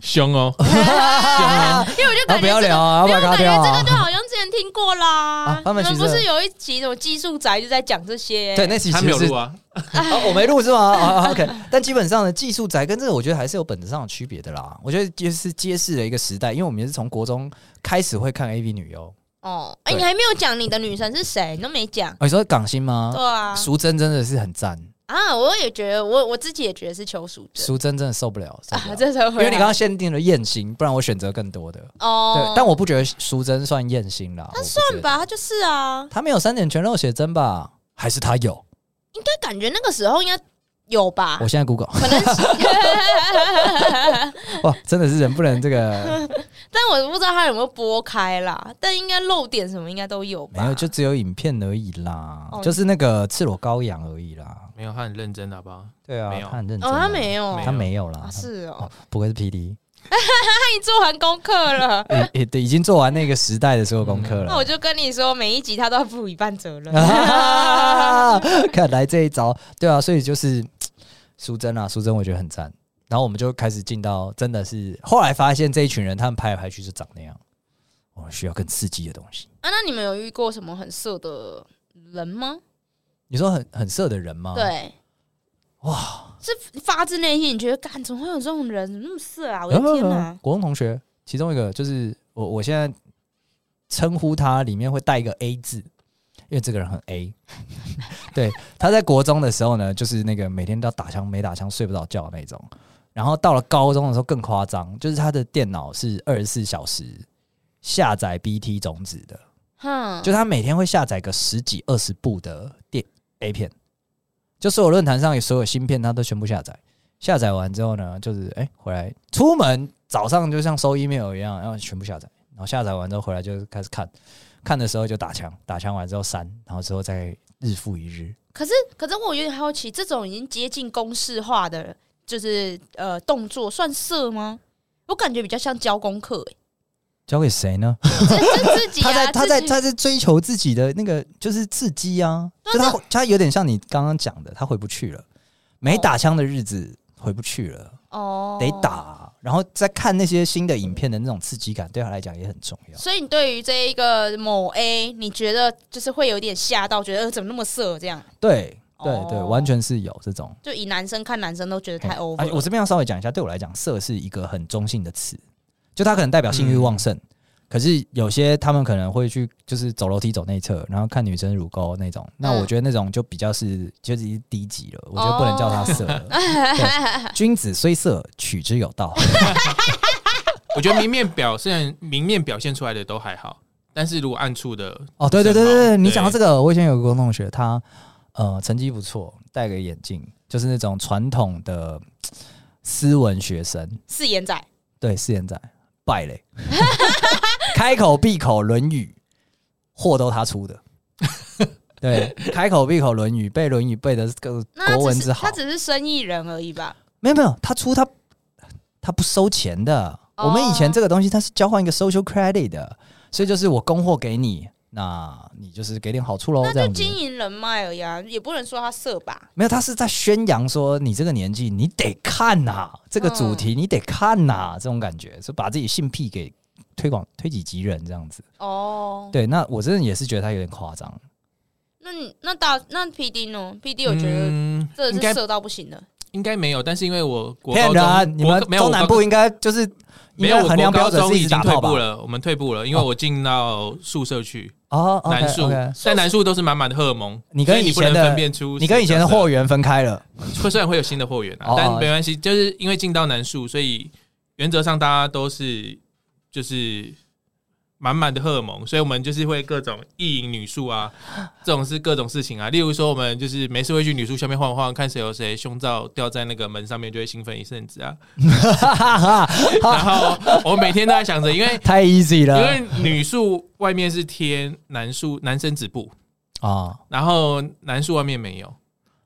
[SPEAKER 3] 凶哦，
[SPEAKER 2] 因为我就
[SPEAKER 1] 啊，
[SPEAKER 2] 感
[SPEAKER 1] 不
[SPEAKER 2] 觉
[SPEAKER 1] 要
[SPEAKER 2] 这个，
[SPEAKER 1] 聊啊，
[SPEAKER 2] 因
[SPEAKER 1] 不要
[SPEAKER 2] 为我
[SPEAKER 1] 跟他
[SPEAKER 2] 感
[SPEAKER 1] 聊
[SPEAKER 2] 觉这
[SPEAKER 1] 啊
[SPEAKER 2] 个。就好像之前听过啦
[SPEAKER 1] 啊。
[SPEAKER 2] 你
[SPEAKER 1] 贩卖情
[SPEAKER 2] 们
[SPEAKER 1] 色
[SPEAKER 2] 不是有一集什么技术宅就在讲这 些？
[SPEAKER 1] 对， 那其
[SPEAKER 3] 他
[SPEAKER 1] 实
[SPEAKER 3] 没有
[SPEAKER 1] 是
[SPEAKER 3] 录啊，
[SPEAKER 1] 哦，我没录是吗？啊、o k 但基本上呢，技术宅跟这个，我觉得还是有本质上的区别的啦。我觉得就是揭示了一个时代，因为我们也是从国中开始会看 AV 女优。
[SPEAKER 2] 哦，哎、
[SPEAKER 1] 对
[SPEAKER 2] 你还没有讲你的女神是谁，你都没讲。
[SPEAKER 1] 哦，你说港星吗
[SPEAKER 2] 对？啊，
[SPEAKER 1] 淑珍真的是很赞，
[SPEAKER 2] 啊，我也觉得，我我自己也觉得是求赎者
[SPEAKER 1] 淑珍真的受不了，受不
[SPEAKER 2] 啊，
[SPEAKER 1] 了
[SPEAKER 2] 这时候
[SPEAKER 1] 因
[SPEAKER 2] 回来
[SPEAKER 1] 为你刚刚限定了艳星，不然我选择更多的。
[SPEAKER 2] 哦
[SPEAKER 1] 对，，但我不觉得淑珍算艳星啦。
[SPEAKER 2] 他
[SPEAKER 1] 我不
[SPEAKER 2] 算
[SPEAKER 1] 觉
[SPEAKER 2] 吧，
[SPEAKER 1] 得，
[SPEAKER 2] 他就是啊，
[SPEAKER 1] 他没有三点全肉写真吧？还是他有？
[SPEAKER 2] 应该感觉那个时候应该有吧
[SPEAKER 1] 我。现在 Google，
[SPEAKER 2] 可能是，
[SPEAKER 1] 哇，真的是人不能这 个，
[SPEAKER 2] 但我不知道他有没有拨开啦，但应该漏点什么应该都有吧。
[SPEAKER 1] 没有就只有影片而已啦，
[SPEAKER 2] 哦
[SPEAKER 1] 就是那个赤裸羔羊而已啦。
[SPEAKER 3] 没有，他很认真，好不好？
[SPEAKER 1] 对啊
[SPEAKER 3] 没，有
[SPEAKER 1] 他很认真
[SPEAKER 2] 哦，
[SPEAKER 1] 啊。
[SPEAKER 2] 他没有，
[SPEAKER 1] 他没有啦
[SPEAKER 2] 啊，
[SPEAKER 1] 他
[SPEAKER 2] 是哦
[SPEAKER 1] 哦，不愧是 PD，，
[SPEAKER 2] 那你做完功课了
[SPEAKER 1] 也也呃对，已经做完那个时代的所有功课
[SPEAKER 2] 那我
[SPEAKER 1] 了。
[SPEAKER 2] 就跟你说，每一集他都要负一半责任。
[SPEAKER 1] 啊 看来这一招，对啊，所以就是嘖淑珍啊，淑珍我觉得很赞。然后我们就开始进到，真的是后来发现这一群人，他们拍来拍去就长那样，我们需要更刺激的东西。
[SPEAKER 2] 啊，那你们有遇过什么很色的人吗？
[SPEAKER 1] 你说很很色的人吗？，
[SPEAKER 2] 对，哇，是发自内心，你觉得干怎么会有这种人，怎么那么色啊？我的天哪！
[SPEAKER 1] 嗯国中同学其中一个就是我，我现在称呼他里面会带一个 A 字，因为这个人很 A。对，他在国中的时候呢，就是那个每天都要打枪，没打枪睡不着觉的那种。然后到了高中的时候更夸张，就是他的电脑是二十四小时下载 BT 种子的，
[SPEAKER 2] 哼，
[SPEAKER 1] 就他每天会下载个十几二十部的电 A 片，就所有论坛上有所有芯片，他都全部下载。下载完之后呢，就是哎、回来出门早上就像收 email 一样，然后全部下载，然后下载完之后回来就开始看，看的时候就打枪，打枪完之后删，然后之后再日复一日。
[SPEAKER 2] 可是可是我有点好奇，这种已经接近公式化的，就是呃动作算色吗？我感觉比较像教功课、欸，
[SPEAKER 1] 交给谁呢？
[SPEAKER 2] 就自己
[SPEAKER 1] 他在
[SPEAKER 2] 啊，
[SPEAKER 1] 他在
[SPEAKER 2] 自己
[SPEAKER 1] 他在追求自己的那个就是刺激啊，就他他有点像你刚刚讲的，他回不去了，没打枪的日子回不去了。
[SPEAKER 2] 哦
[SPEAKER 1] 得打、。然后再看那些新的影片的那种刺激感，对他来讲也很重要。
[SPEAKER 2] 所以你对于这一个某 A，你觉得就是会有点吓到，觉得、呃、怎么那么色这样？
[SPEAKER 1] 对对
[SPEAKER 2] 哦
[SPEAKER 1] 对，完全是有这种。
[SPEAKER 2] 就以男生看男生都觉得
[SPEAKER 1] 嘿
[SPEAKER 2] 太 over
[SPEAKER 1] 哎
[SPEAKER 2] 了。
[SPEAKER 1] 我这边要稍微讲一下，对我来讲，色是一个很中性的词，就它可能代表性欲旺盛，可是有些他们可能会去就是走楼梯走内侧，然后看女生乳沟那种。那
[SPEAKER 2] 嗯
[SPEAKER 1] 我觉得那种就比较是就是已经低级了，我觉得不能叫它色 了。对君子虽色，取之有道。
[SPEAKER 3] 我觉得明面表现 明面表现出来的都还好，但是如果暗处的嗯
[SPEAKER 1] 哦，对对对对对，你讲到这
[SPEAKER 3] 个，
[SPEAKER 1] 个，我以前有个高中同学，他呃成绩不错，戴个眼镜，就是那种传统的嘖斯文学生，
[SPEAKER 2] 四眼仔，
[SPEAKER 1] 对，四眼仔，败类， 开口闭口《论语》，货都他出的。对，开口闭口《论语》，背《论语》背的个
[SPEAKER 2] 那他
[SPEAKER 1] 国文
[SPEAKER 2] 只
[SPEAKER 1] 之
[SPEAKER 2] 是
[SPEAKER 1] 好
[SPEAKER 2] 他。只是生意人而已吧？
[SPEAKER 1] 没有没有，他出他他不收钱的。
[SPEAKER 2] 哦
[SPEAKER 1] 我们以前这个东西，它是交换一个 social credit 的，所以就是我供货给你，那你就是给点好处喽。
[SPEAKER 2] 那
[SPEAKER 1] 哦这
[SPEAKER 2] 就
[SPEAKER 1] 样子。
[SPEAKER 2] 经营人脉而已啊，也不能说他色吧。
[SPEAKER 1] 没有，他是在宣扬说你这个年纪你得看呐、这个主题你得看呐、这种感觉是把自己性癖给推广推己及人这样子。
[SPEAKER 2] 哦，
[SPEAKER 1] 对，那我真的也是觉得他有点夸张。
[SPEAKER 2] 那你那大那 P D 呢？P D 我觉得
[SPEAKER 3] 嗯
[SPEAKER 2] 这
[SPEAKER 3] 应该
[SPEAKER 2] 是色到不行的。
[SPEAKER 3] 应该没有，但是因为我国
[SPEAKER 1] 骗
[SPEAKER 3] 高
[SPEAKER 1] 人！啊
[SPEAKER 3] 中
[SPEAKER 1] 你
[SPEAKER 3] 国
[SPEAKER 1] 们
[SPEAKER 3] 没有
[SPEAKER 1] 中
[SPEAKER 3] 我
[SPEAKER 1] 南
[SPEAKER 3] 高
[SPEAKER 1] 部应该就是应
[SPEAKER 3] 没有
[SPEAKER 1] 该
[SPEAKER 3] 我
[SPEAKER 1] 衡量标准
[SPEAKER 3] 国高
[SPEAKER 1] 是
[SPEAKER 3] 中
[SPEAKER 1] 一
[SPEAKER 3] 已
[SPEAKER 1] 直
[SPEAKER 3] 经
[SPEAKER 1] 打
[SPEAKER 3] 退
[SPEAKER 1] 炮吧
[SPEAKER 3] 步？了，我们退步了，因为我进到宿舍去，
[SPEAKER 1] 哦，OK
[SPEAKER 3] 男宿
[SPEAKER 1] OK，，
[SPEAKER 3] 但男宿都是满满的荷尔蒙，
[SPEAKER 1] 你跟
[SPEAKER 3] 所以
[SPEAKER 1] 以
[SPEAKER 3] 你不
[SPEAKER 1] 前
[SPEAKER 3] 能
[SPEAKER 1] 的
[SPEAKER 3] 分辨出
[SPEAKER 1] 你跟以前的
[SPEAKER 3] 谁是
[SPEAKER 1] 货源分开了。
[SPEAKER 3] 会虽然会有新的货源
[SPEAKER 1] 哦
[SPEAKER 3] 啊，但没关系，就是因为进到南树，所以原则上大家都是就是满满的荷尔蒙，所以我们就是会各种意淫女 宿啊，这种是各种事情啊。例如说，我们就是没事会去女宿下面晃晃，看谁有谁胸罩掉在那个门上面，就会兴奋一阵子啊。 然后我每天都在想着，因为
[SPEAKER 1] 太 easy
[SPEAKER 3] 因
[SPEAKER 1] 了
[SPEAKER 3] 为女宿外面是贴男宿男生止步，
[SPEAKER 1] 啊！
[SPEAKER 3] 然后男宿外面没有，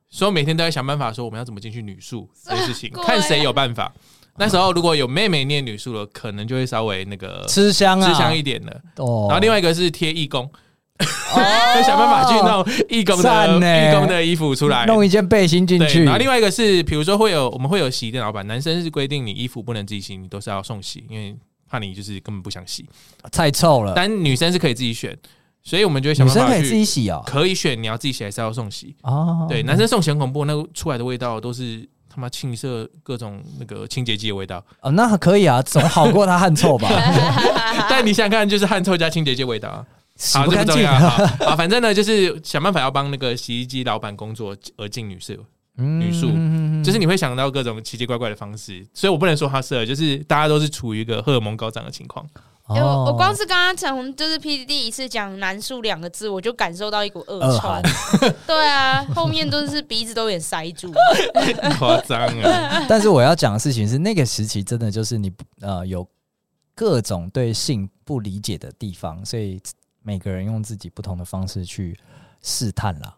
[SPEAKER 3] 所以我每天都在想办法说我们要怎么进去女宿这件事情，
[SPEAKER 2] 对
[SPEAKER 3] 看谁有办
[SPEAKER 1] 啊
[SPEAKER 3] 法。那时候如果有妹妹念女宿了，可能就会稍微那个
[SPEAKER 1] 吃香啊，
[SPEAKER 3] 吃香一点的。
[SPEAKER 1] 哦。
[SPEAKER 3] 然后另
[SPEAKER 1] 外
[SPEAKER 3] 外一个是贴义工， 就想办法去弄义工的
[SPEAKER 1] 赞欸
[SPEAKER 3] 义工的衣服出来。
[SPEAKER 1] 弄一件背心进
[SPEAKER 3] 对，
[SPEAKER 1] 去
[SPEAKER 3] 然后，另外一个是，比如说会有我们会有洗衣店老板，男生是规定你衣服不能自己洗，你都是要送洗，因为怕你就是根本不想洗。
[SPEAKER 1] 嗯太臭了。
[SPEAKER 3] 但女生是可以自己选，所以我们就会想
[SPEAKER 1] 女生
[SPEAKER 3] 办
[SPEAKER 1] 可
[SPEAKER 3] 法
[SPEAKER 1] 以自己
[SPEAKER 3] 去
[SPEAKER 1] 洗哦。
[SPEAKER 3] 可以选你要自己洗还是要送洗。
[SPEAKER 1] 哦，
[SPEAKER 3] 对，男生送洗很恐怖，那个出来的味道都是他妈青色各种那个清洁剂的味道。
[SPEAKER 1] 哦，那可以啊，总好过他汗臭吧？
[SPEAKER 3] 但你想想看，就是汗臭加清洁剂的味道啊。
[SPEAKER 1] 啊洗
[SPEAKER 3] 好，
[SPEAKER 1] 不
[SPEAKER 3] 这
[SPEAKER 1] 干
[SPEAKER 3] 不重
[SPEAKER 1] 净
[SPEAKER 3] 要。 好，好反正呢，就是想办法要帮那个洗衣机老板工作而进女宿，
[SPEAKER 1] 女
[SPEAKER 3] 女宿
[SPEAKER 1] 嗯
[SPEAKER 3] 就是你会想到各种奇奇怪怪的方式，所以我不能说他色，就是大家都是处于一个荷尔蒙高涨的 情况。
[SPEAKER 2] 哎我
[SPEAKER 1] 哦
[SPEAKER 2] 我光是刚刚从就是 P D D 一次讲“难数”两个字，我就感受到一股恶
[SPEAKER 1] 二
[SPEAKER 2] 臭
[SPEAKER 1] 寒。，
[SPEAKER 2] 对啊，后面都是鼻子都有点塞住。
[SPEAKER 3] 夸张啊！
[SPEAKER 1] 但是我要讲的事情是，那个时期真的就是你呃有各种对性不理解的地方，所以每个人用自己不同的方式去试探啦。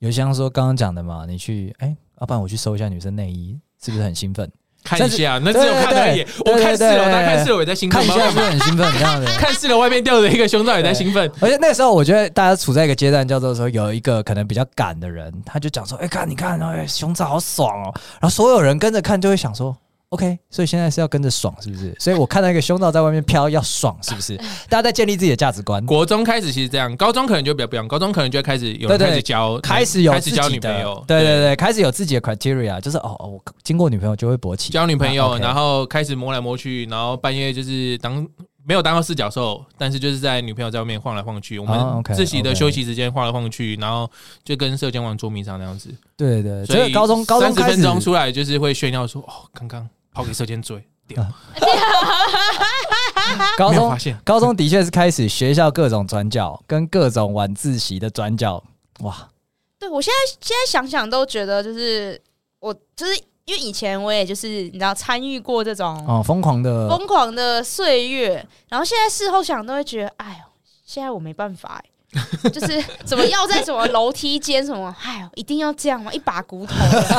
[SPEAKER 1] 有像说刚刚讲的嘛，你去哎，要、不然我去搜一下女生内衣，是不是很兴奋？
[SPEAKER 3] 看一下，那只有看而已。
[SPEAKER 1] 对对对
[SPEAKER 3] 我看四
[SPEAKER 1] 对对
[SPEAKER 3] 楼，
[SPEAKER 1] 对
[SPEAKER 3] 他看四楼也在兴
[SPEAKER 1] 看
[SPEAKER 3] 奋
[SPEAKER 1] 一
[SPEAKER 3] 吗？
[SPEAKER 1] 下是 不是很兴奋这样子？
[SPEAKER 3] 看四楼外面吊着一个胸罩也在兴奋。
[SPEAKER 1] 而且那时候我觉得大家处在一个阶段叫做说，有一个可能比较赶的人，他就讲说：“哎、看你看，哎、胸罩好爽哦。”然后所有人跟着看，就会想说。OK，所以现在是要跟着爽，是不 是？所以我看到一个胸罩在外面飘，要爽，是不是？大家在建立自己的价值观，
[SPEAKER 3] 国中开始其实这样，高中可能就比较不一样，高中可能就会开始有
[SPEAKER 1] 对
[SPEAKER 3] 人
[SPEAKER 1] 对
[SPEAKER 3] 开始交，
[SPEAKER 1] 开始有
[SPEAKER 3] 开
[SPEAKER 1] 自
[SPEAKER 3] 始
[SPEAKER 1] 己的
[SPEAKER 3] 交女朋友，
[SPEAKER 1] 对对对，开始有自己的 criteria，就是哦哦，我经过女朋友就会勃起，
[SPEAKER 3] 交女朋
[SPEAKER 1] 啊
[SPEAKER 3] 友，
[SPEAKER 1] ，OK
[SPEAKER 3] 然后开始摸来摸去，然后半夜就是当没有当到四脚兽，但是就是在女朋友在外面晃来晃去，我
[SPEAKER 1] 哦
[SPEAKER 3] 们
[SPEAKER 1] ，OK，
[SPEAKER 3] 自习的
[SPEAKER 1] OK
[SPEAKER 3] 休息时间晃来晃去，然后就跟射箭玩捉迷藏那样子。
[SPEAKER 1] 对对对，
[SPEAKER 3] 所
[SPEAKER 1] 所以
[SPEAKER 3] 以
[SPEAKER 1] 高中高中
[SPEAKER 3] 三十
[SPEAKER 1] 开
[SPEAKER 3] 分
[SPEAKER 1] 始
[SPEAKER 3] 钟出来就是会炫耀说，哦，刚刚跑给射箭追，屌，
[SPEAKER 1] 高
[SPEAKER 3] 没有
[SPEAKER 1] 中
[SPEAKER 3] 发现。
[SPEAKER 1] 高中的确是开始学校各种转角跟各种晚自习的转角，哇，
[SPEAKER 2] 对我现在现在想想都觉得，就是我就是因为以前我也就是你知道参与过这种
[SPEAKER 1] 哦，疯狂的
[SPEAKER 2] 疯狂的岁月，然后现在事后想都会觉得，哎呦，现在我没办法、哎 就是怎么要在什么楼梯间什么，哎呦，一定要这样吗？一把骨头，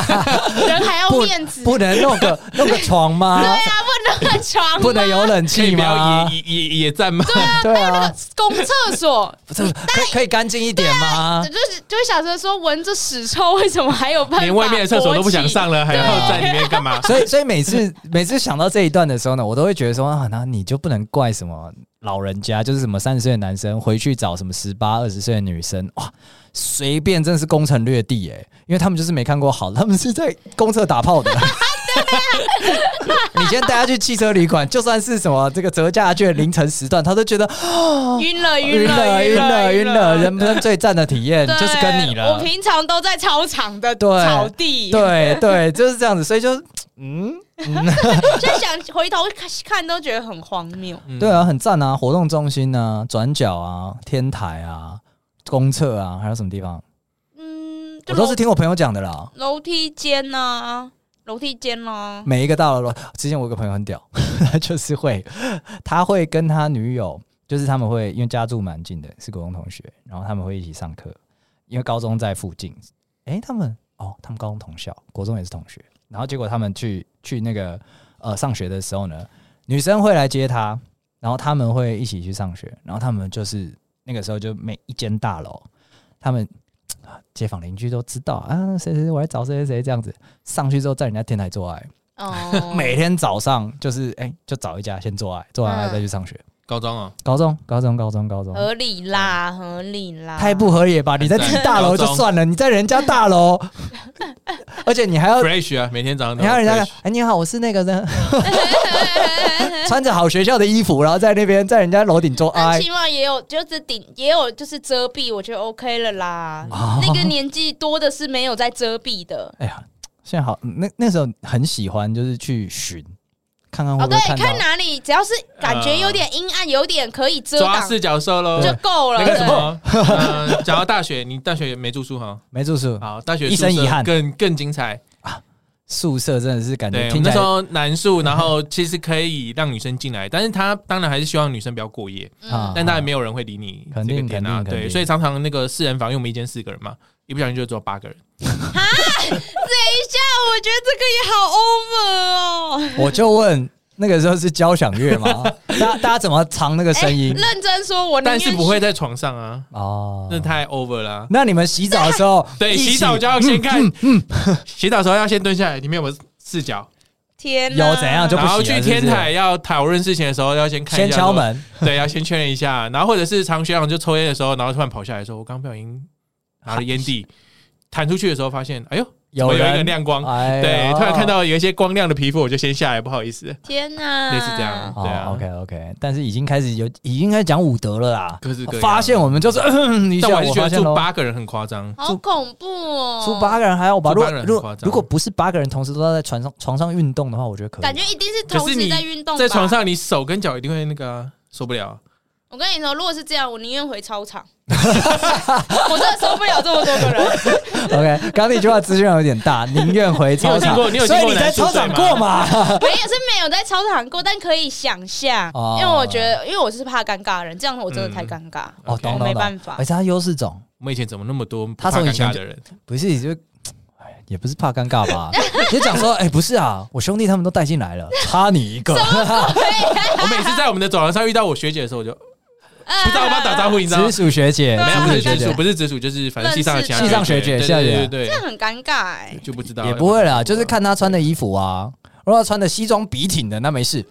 [SPEAKER 2] 人还要
[SPEAKER 1] 不
[SPEAKER 2] 面子，
[SPEAKER 1] 不能弄个弄个床吗？
[SPEAKER 2] 不能 床，
[SPEAKER 1] 不能有冷
[SPEAKER 3] 可以
[SPEAKER 1] 气
[SPEAKER 3] 不要
[SPEAKER 1] 吗？
[SPEAKER 3] 野野野野战吗？
[SPEAKER 1] 对啊，
[SPEAKER 2] 公厕所，
[SPEAKER 1] 不是可以可以干净一点
[SPEAKER 3] 啊
[SPEAKER 1] 吗？
[SPEAKER 2] 就是就会想着说，闻着屎臭，为什么还有办法？
[SPEAKER 3] 连外面的厕所都不想，上了，还要在里面 干嘛？
[SPEAKER 1] 所以所以每次每次想到这一段的时候呢，我都会觉得说啊，那你就不能怪什么老人家，就是什么三十岁的男生回去找什么十八二十岁的女生，哇，随便真是攻城略地耶、因为他们就是没看过好，他们是在公厕打炮的。你先带他去汽车旅馆，就算是什么这个折价券凌晨时段，他都觉得
[SPEAKER 2] 晕了，
[SPEAKER 1] 哦晕了晕了晕了，人生最赞的体验
[SPEAKER 2] 对
[SPEAKER 1] 就是跟你了
[SPEAKER 2] 我。平常都在操场的
[SPEAKER 1] 对
[SPEAKER 2] 草地，
[SPEAKER 1] 对对，就是这样子，所以就嗯，
[SPEAKER 2] 就想回头看看都觉得很荒谬。
[SPEAKER 3] 嗯
[SPEAKER 1] 对，啊，很赞啊，活动中心啊，转角啊，天台啊，公厕啊，还有什么地方？
[SPEAKER 2] 嗯，
[SPEAKER 1] 我
[SPEAKER 2] 就
[SPEAKER 1] 都
[SPEAKER 2] 楼
[SPEAKER 1] 是听我朋友讲的啦。
[SPEAKER 2] 楼梯间呐、楼梯间啊啦、
[SPEAKER 1] 每一个大楼，之前我有个朋友很屌， 他就是会，他会跟他女友，就是他们会因为家住蛮近的，是国中同学，然后他们会一起上课，因为高中在附近。诶，他们哦，他们高中同校，国中也是同学。然后结果他们去去那个呃上学的时候呢，女生会来接他，然后他们会一起去上学，然后他们就是那个时候就每一间大楼，他们。啊街坊邻居都知道啊，谁谁谁我来找谁谁谁这样子上去之后，在人家天台做爱，
[SPEAKER 2] 哦
[SPEAKER 1] 每天早上就是哎、就找一家先做爱，做完爱再去上学。
[SPEAKER 3] 高中啊，
[SPEAKER 1] 高中，高中，高中，高中，
[SPEAKER 2] 嗯合理啊啦，合理啦，
[SPEAKER 1] 太不合理了吧？你在自己大楼就算了，你在人家大 楼，而且你还要
[SPEAKER 3] fresh 啊，每天早上都
[SPEAKER 1] 你还要人家
[SPEAKER 3] fresh
[SPEAKER 1] 哎、你好，我是那个人，穿着好学校的衣服，然后在那边在人家楼顶做
[SPEAKER 2] 但
[SPEAKER 1] 爱
[SPEAKER 2] 起码也有就是顶也有就是遮蔽，我觉得 OK 了啦。
[SPEAKER 1] 啊！
[SPEAKER 2] 那个年纪多的是没有在遮蔽的。
[SPEAKER 1] 哎呀，现在好，那那时候很喜欢就是去寻，看看会
[SPEAKER 2] 哦，
[SPEAKER 1] 不
[SPEAKER 2] 对
[SPEAKER 1] 会，看到。
[SPEAKER 2] 看哪里，只要是感觉有点阴暗，有点可以遮
[SPEAKER 3] 抓
[SPEAKER 2] 挡
[SPEAKER 3] 四脚兽喽。
[SPEAKER 2] 就
[SPEAKER 1] 嗯
[SPEAKER 2] 够了。
[SPEAKER 3] 那个什么，嗯，讲到大学，你大学也没住宿哈？
[SPEAKER 2] 啊
[SPEAKER 1] 没住宿，
[SPEAKER 3] 好，大学
[SPEAKER 1] 嗯一生
[SPEAKER 3] 宿舍
[SPEAKER 1] 遗憾
[SPEAKER 3] 更更精彩。
[SPEAKER 1] 宿舍真的是感觉
[SPEAKER 3] 对，我
[SPEAKER 1] 听
[SPEAKER 3] 们
[SPEAKER 1] 起
[SPEAKER 3] 那
[SPEAKER 1] 来
[SPEAKER 3] 时候 男宿，然后其实可以让女生进来，但是他当然还是希望女生不要过夜，
[SPEAKER 1] 啊
[SPEAKER 3] 但当然没有人会理你
[SPEAKER 1] 肯
[SPEAKER 3] 这个
[SPEAKER 1] 定
[SPEAKER 3] 点啊，
[SPEAKER 1] 肯定肯
[SPEAKER 3] 对，
[SPEAKER 1] 定
[SPEAKER 3] 所以常常那个四人房，因为我们一间四个人嘛，一不小心就做八个人，
[SPEAKER 2] 我觉得哎这个也好 over 哦。
[SPEAKER 1] 我就问那个时候是交响乐 吗？大家大家怎么藏那个声音？
[SPEAKER 2] 哎认真说，我宁
[SPEAKER 3] 但
[SPEAKER 2] 愿
[SPEAKER 3] 是不会在床上啊，
[SPEAKER 1] 哦，
[SPEAKER 3] 那太 over 了啊。
[SPEAKER 1] 那你们洗澡的时候，
[SPEAKER 3] 对，
[SPEAKER 1] 一起嗯
[SPEAKER 3] 洗澡就要先看， 洗澡的时候要先蹲下来，里面有没有视角，
[SPEAKER 2] 天哪
[SPEAKER 1] 有怎样就不
[SPEAKER 3] 然后
[SPEAKER 1] 洗了啊
[SPEAKER 3] 去
[SPEAKER 1] 是不
[SPEAKER 3] 天
[SPEAKER 1] 是
[SPEAKER 3] 台要讨论事情的时候要先看一
[SPEAKER 1] 先
[SPEAKER 3] 下，
[SPEAKER 1] 敲，门
[SPEAKER 3] 对，要先确认一下，然后或者是常学长就抽烟的时候，然后突然跑下来说：“我刚不小心拿了烟蒂。”弹出去的时候发现，哎呦，
[SPEAKER 1] 有
[SPEAKER 3] 我有一个
[SPEAKER 1] 人，
[SPEAKER 3] 亮光，
[SPEAKER 1] 哎呦
[SPEAKER 3] 对，突然看到有一些光亮的皮肤，我就先下来，不好意思，
[SPEAKER 2] 天哪，
[SPEAKER 3] 类似这样，
[SPEAKER 1] 哦
[SPEAKER 3] 对啊。
[SPEAKER 1] OK OK，但是已经开始有已经开始讲武德了啦。啊
[SPEAKER 3] 各式各样
[SPEAKER 1] 发现我们就是，嗯你
[SPEAKER 3] 但
[SPEAKER 1] 想
[SPEAKER 3] 我还是觉
[SPEAKER 1] 发
[SPEAKER 3] 得
[SPEAKER 1] 现
[SPEAKER 3] 住
[SPEAKER 1] 咯
[SPEAKER 3] 八个人很夸张，
[SPEAKER 2] 好恐怖哦！
[SPEAKER 1] 出八个人还好吧？
[SPEAKER 3] 住
[SPEAKER 1] 如果
[SPEAKER 3] 八个人很
[SPEAKER 1] 如
[SPEAKER 3] 夸
[SPEAKER 1] 果
[SPEAKER 3] 张
[SPEAKER 1] 如果不是八个人同时都在床上床上运动的话，我觉得可以。
[SPEAKER 2] 感觉一定是同
[SPEAKER 3] 可是
[SPEAKER 2] 时
[SPEAKER 3] 你
[SPEAKER 2] 在运动，
[SPEAKER 3] 在床。上你手跟脚一定会那个啊受不了，
[SPEAKER 2] 我跟你说，如果是这样，我宁愿回操场。 我真的受不了这么多 个人。
[SPEAKER 1] OK，刚刚那句话资讯量有点大，宁愿回操场。
[SPEAKER 3] 你有听过你有听过
[SPEAKER 1] 所以你在
[SPEAKER 3] 男宿
[SPEAKER 1] 操场
[SPEAKER 3] 醉吗
[SPEAKER 1] 过嘛？
[SPEAKER 2] 没有是没有在操场过，但可以想象，
[SPEAKER 1] 哦
[SPEAKER 2] 因为我觉得，因为我是怕尴尬的人，这样我真的太
[SPEAKER 3] 嗯
[SPEAKER 2] 尴尬。
[SPEAKER 1] 哦，
[SPEAKER 3] OK
[SPEAKER 1] 懂
[SPEAKER 2] 我
[SPEAKER 1] 懂
[SPEAKER 2] 没
[SPEAKER 1] 懂
[SPEAKER 2] 办法
[SPEAKER 1] 而且他优势种，
[SPEAKER 3] 我们以前怎么那么多不
[SPEAKER 1] 他
[SPEAKER 3] 怕
[SPEAKER 1] 从以
[SPEAKER 3] 尴
[SPEAKER 1] 前
[SPEAKER 3] 尬
[SPEAKER 1] 就
[SPEAKER 3] 的人？
[SPEAKER 1] 不是就。哎也不是怕尴尬吧？ 你就讲说，哎、不是啊，我兄弟他们都带进来了，差你一个。
[SPEAKER 3] 我每次在我们的走廊上遇到我学姐的时候，我就不知道要不要打招
[SPEAKER 2] 哎
[SPEAKER 3] 呼，你知道吗
[SPEAKER 1] 直？属学姐，
[SPEAKER 3] 没有，
[SPEAKER 1] 直
[SPEAKER 3] 不
[SPEAKER 1] 属
[SPEAKER 3] 是
[SPEAKER 1] 学
[SPEAKER 3] 直属，
[SPEAKER 1] 姐，
[SPEAKER 3] 不是直属，就是反正系上的其他
[SPEAKER 1] 系上学姐
[SPEAKER 3] 姐，对
[SPEAKER 1] 系上学
[SPEAKER 3] 对
[SPEAKER 1] 姐
[SPEAKER 3] 对
[SPEAKER 2] 这
[SPEAKER 3] 对，
[SPEAKER 2] 很尴尬哎、
[SPEAKER 3] 就不知道
[SPEAKER 1] 也不会啦，就是看他穿的衣服啊。如果他穿的西装笔挺的，那没事，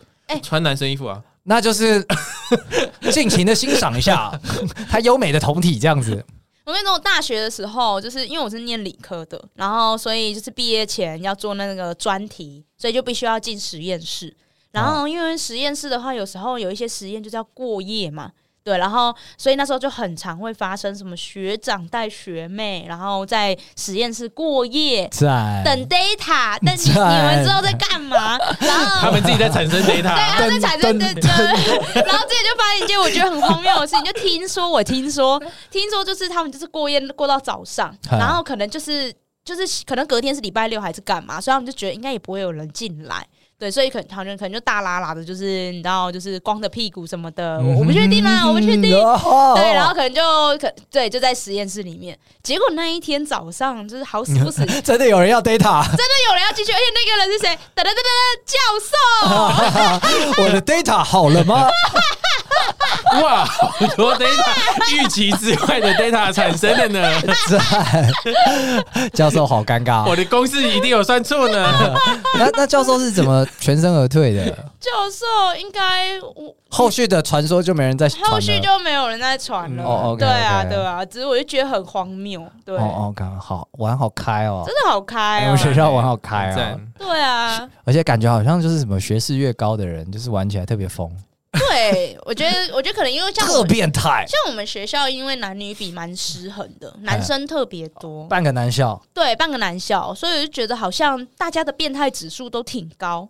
[SPEAKER 3] 穿男生衣服啊，
[SPEAKER 1] 那就是 尽情的欣赏一下 他优美的胴体，这样子。
[SPEAKER 2] 我跟你说，我大学的时候，就是因为我是念理科的，然后所以就是毕业前要做那个专题，所以就必须要进实验室。然后因为实验室的话，有时候有一些实验就是要过夜嘛。对，然后所以那时候就很常会发生什么学长带学妹，然后在实验室过夜，
[SPEAKER 1] 在
[SPEAKER 2] 等 data，但你
[SPEAKER 1] 哎在
[SPEAKER 2] 你们知道在干嘛？然后
[SPEAKER 3] 他们自己在产生 data，
[SPEAKER 2] 然后在产生的
[SPEAKER 1] 噔
[SPEAKER 2] 争，然后这就发现一件我觉得很荒谬的事情，就听说我听说听说就是他们就是过夜过到早上，
[SPEAKER 1] 嗯
[SPEAKER 2] 然后可能就是就是可能隔天是礼拜六还是干嘛，所以他们就觉得应该也不会有人进来。对，所以可能好像可能就大拉拉的，就是你知道，就是光着屁股什么的，我我不确定
[SPEAKER 1] 嗯
[SPEAKER 2] 啊啦，我不确定。对，
[SPEAKER 1] 对
[SPEAKER 2] 然后可能就可对，就在实验室里面。结果那一天早上，就是好死不死，
[SPEAKER 1] 真的有人要 data，
[SPEAKER 2] 真的有人要进去，而且那个人是谁？噔噔噔噔，教授。
[SPEAKER 1] 我的 data 好了吗？
[SPEAKER 3] 哇，好多 data，预期之外的 data 产生的呢，
[SPEAKER 1] 在 教授好尴尬啊
[SPEAKER 3] 我。的公式一定有算错呢。
[SPEAKER 1] 那那教授是怎 么全身而退的？
[SPEAKER 2] 教授应该我
[SPEAKER 1] 后续的传说就没人再传了。
[SPEAKER 2] 后续就没有人再传了。
[SPEAKER 3] 嗯
[SPEAKER 1] 哦，OK，
[SPEAKER 2] 对啊，
[SPEAKER 1] OK
[SPEAKER 2] 对啊，只是我就觉得很荒谬，对，
[SPEAKER 1] 哦哦，刚好玩好开哦
[SPEAKER 2] 真，的好开
[SPEAKER 1] 哎，
[SPEAKER 2] 啊、
[SPEAKER 1] 我学校玩好开哦，
[SPEAKER 3] 赞
[SPEAKER 2] 对啊，
[SPEAKER 1] 而且感觉好像就是什么学识越高的人，就是玩起来特别疯，
[SPEAKER 2] 对，我觉得，我觉得可能因为像我
[SPEAKER 1] 特
[SPEAKER 2] 们
[SPEAKER 1] 变态，
[SPEAKER 2] 像我们学校，因为男女比蛮失衡
[SPEAKER 1] 哎
[SPEAKER 2] 的，男生特别多，
[SPEAKER 1] 半个男校。
[SPEAKER 2] 对，半个男校，所以我就觉得好像大家的变态指数都挺高。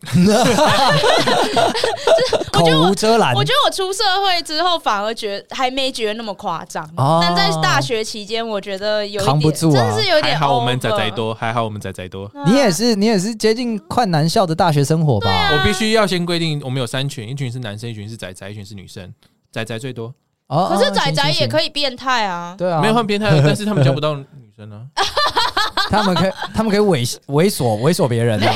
[SPEAKER 1] 口无遮拦
[SPEAKER 2] 我觉得我出社会之后，反而觉得还没觉得那么夸张，
[SPEAKER 1] 哦
[SPEAKER 2] 但在大学期间，我觉得有一
[SPEAKER 1] 扛
[SPEAKER 2] 点
[SPEAKER 1] 不住啊
[SPEAKER 2] 真的是有
[SPEAKER 3] 还
[SPEAKER 2] 点。
[SPEAKER 3] 好我们仔仔，多，还好我们仔仔多。
[SPEAKER 1] 你也是，你也是接近快男校的大学生活吧？
[SPEAKER 2] 啊
[SPEAKER 3] 我必须要先规定，我们有三群，一群是男生，一群是仔仔，一群是女生。仔仔最多，
[SPEAKER 1] 哦
[SPEAKER 2] 可是仔仔也
[SPEAKER 1] 以，
[SPEAKER 2] 可以变态啊。
[SPEAKER 1] 对啊，
[SPEAKER 3] 没有换变 态，但是他们交不到女生啊。
[SPEAKER 1] 他们可以，他们可以猥猥琐猥琐别人 啊，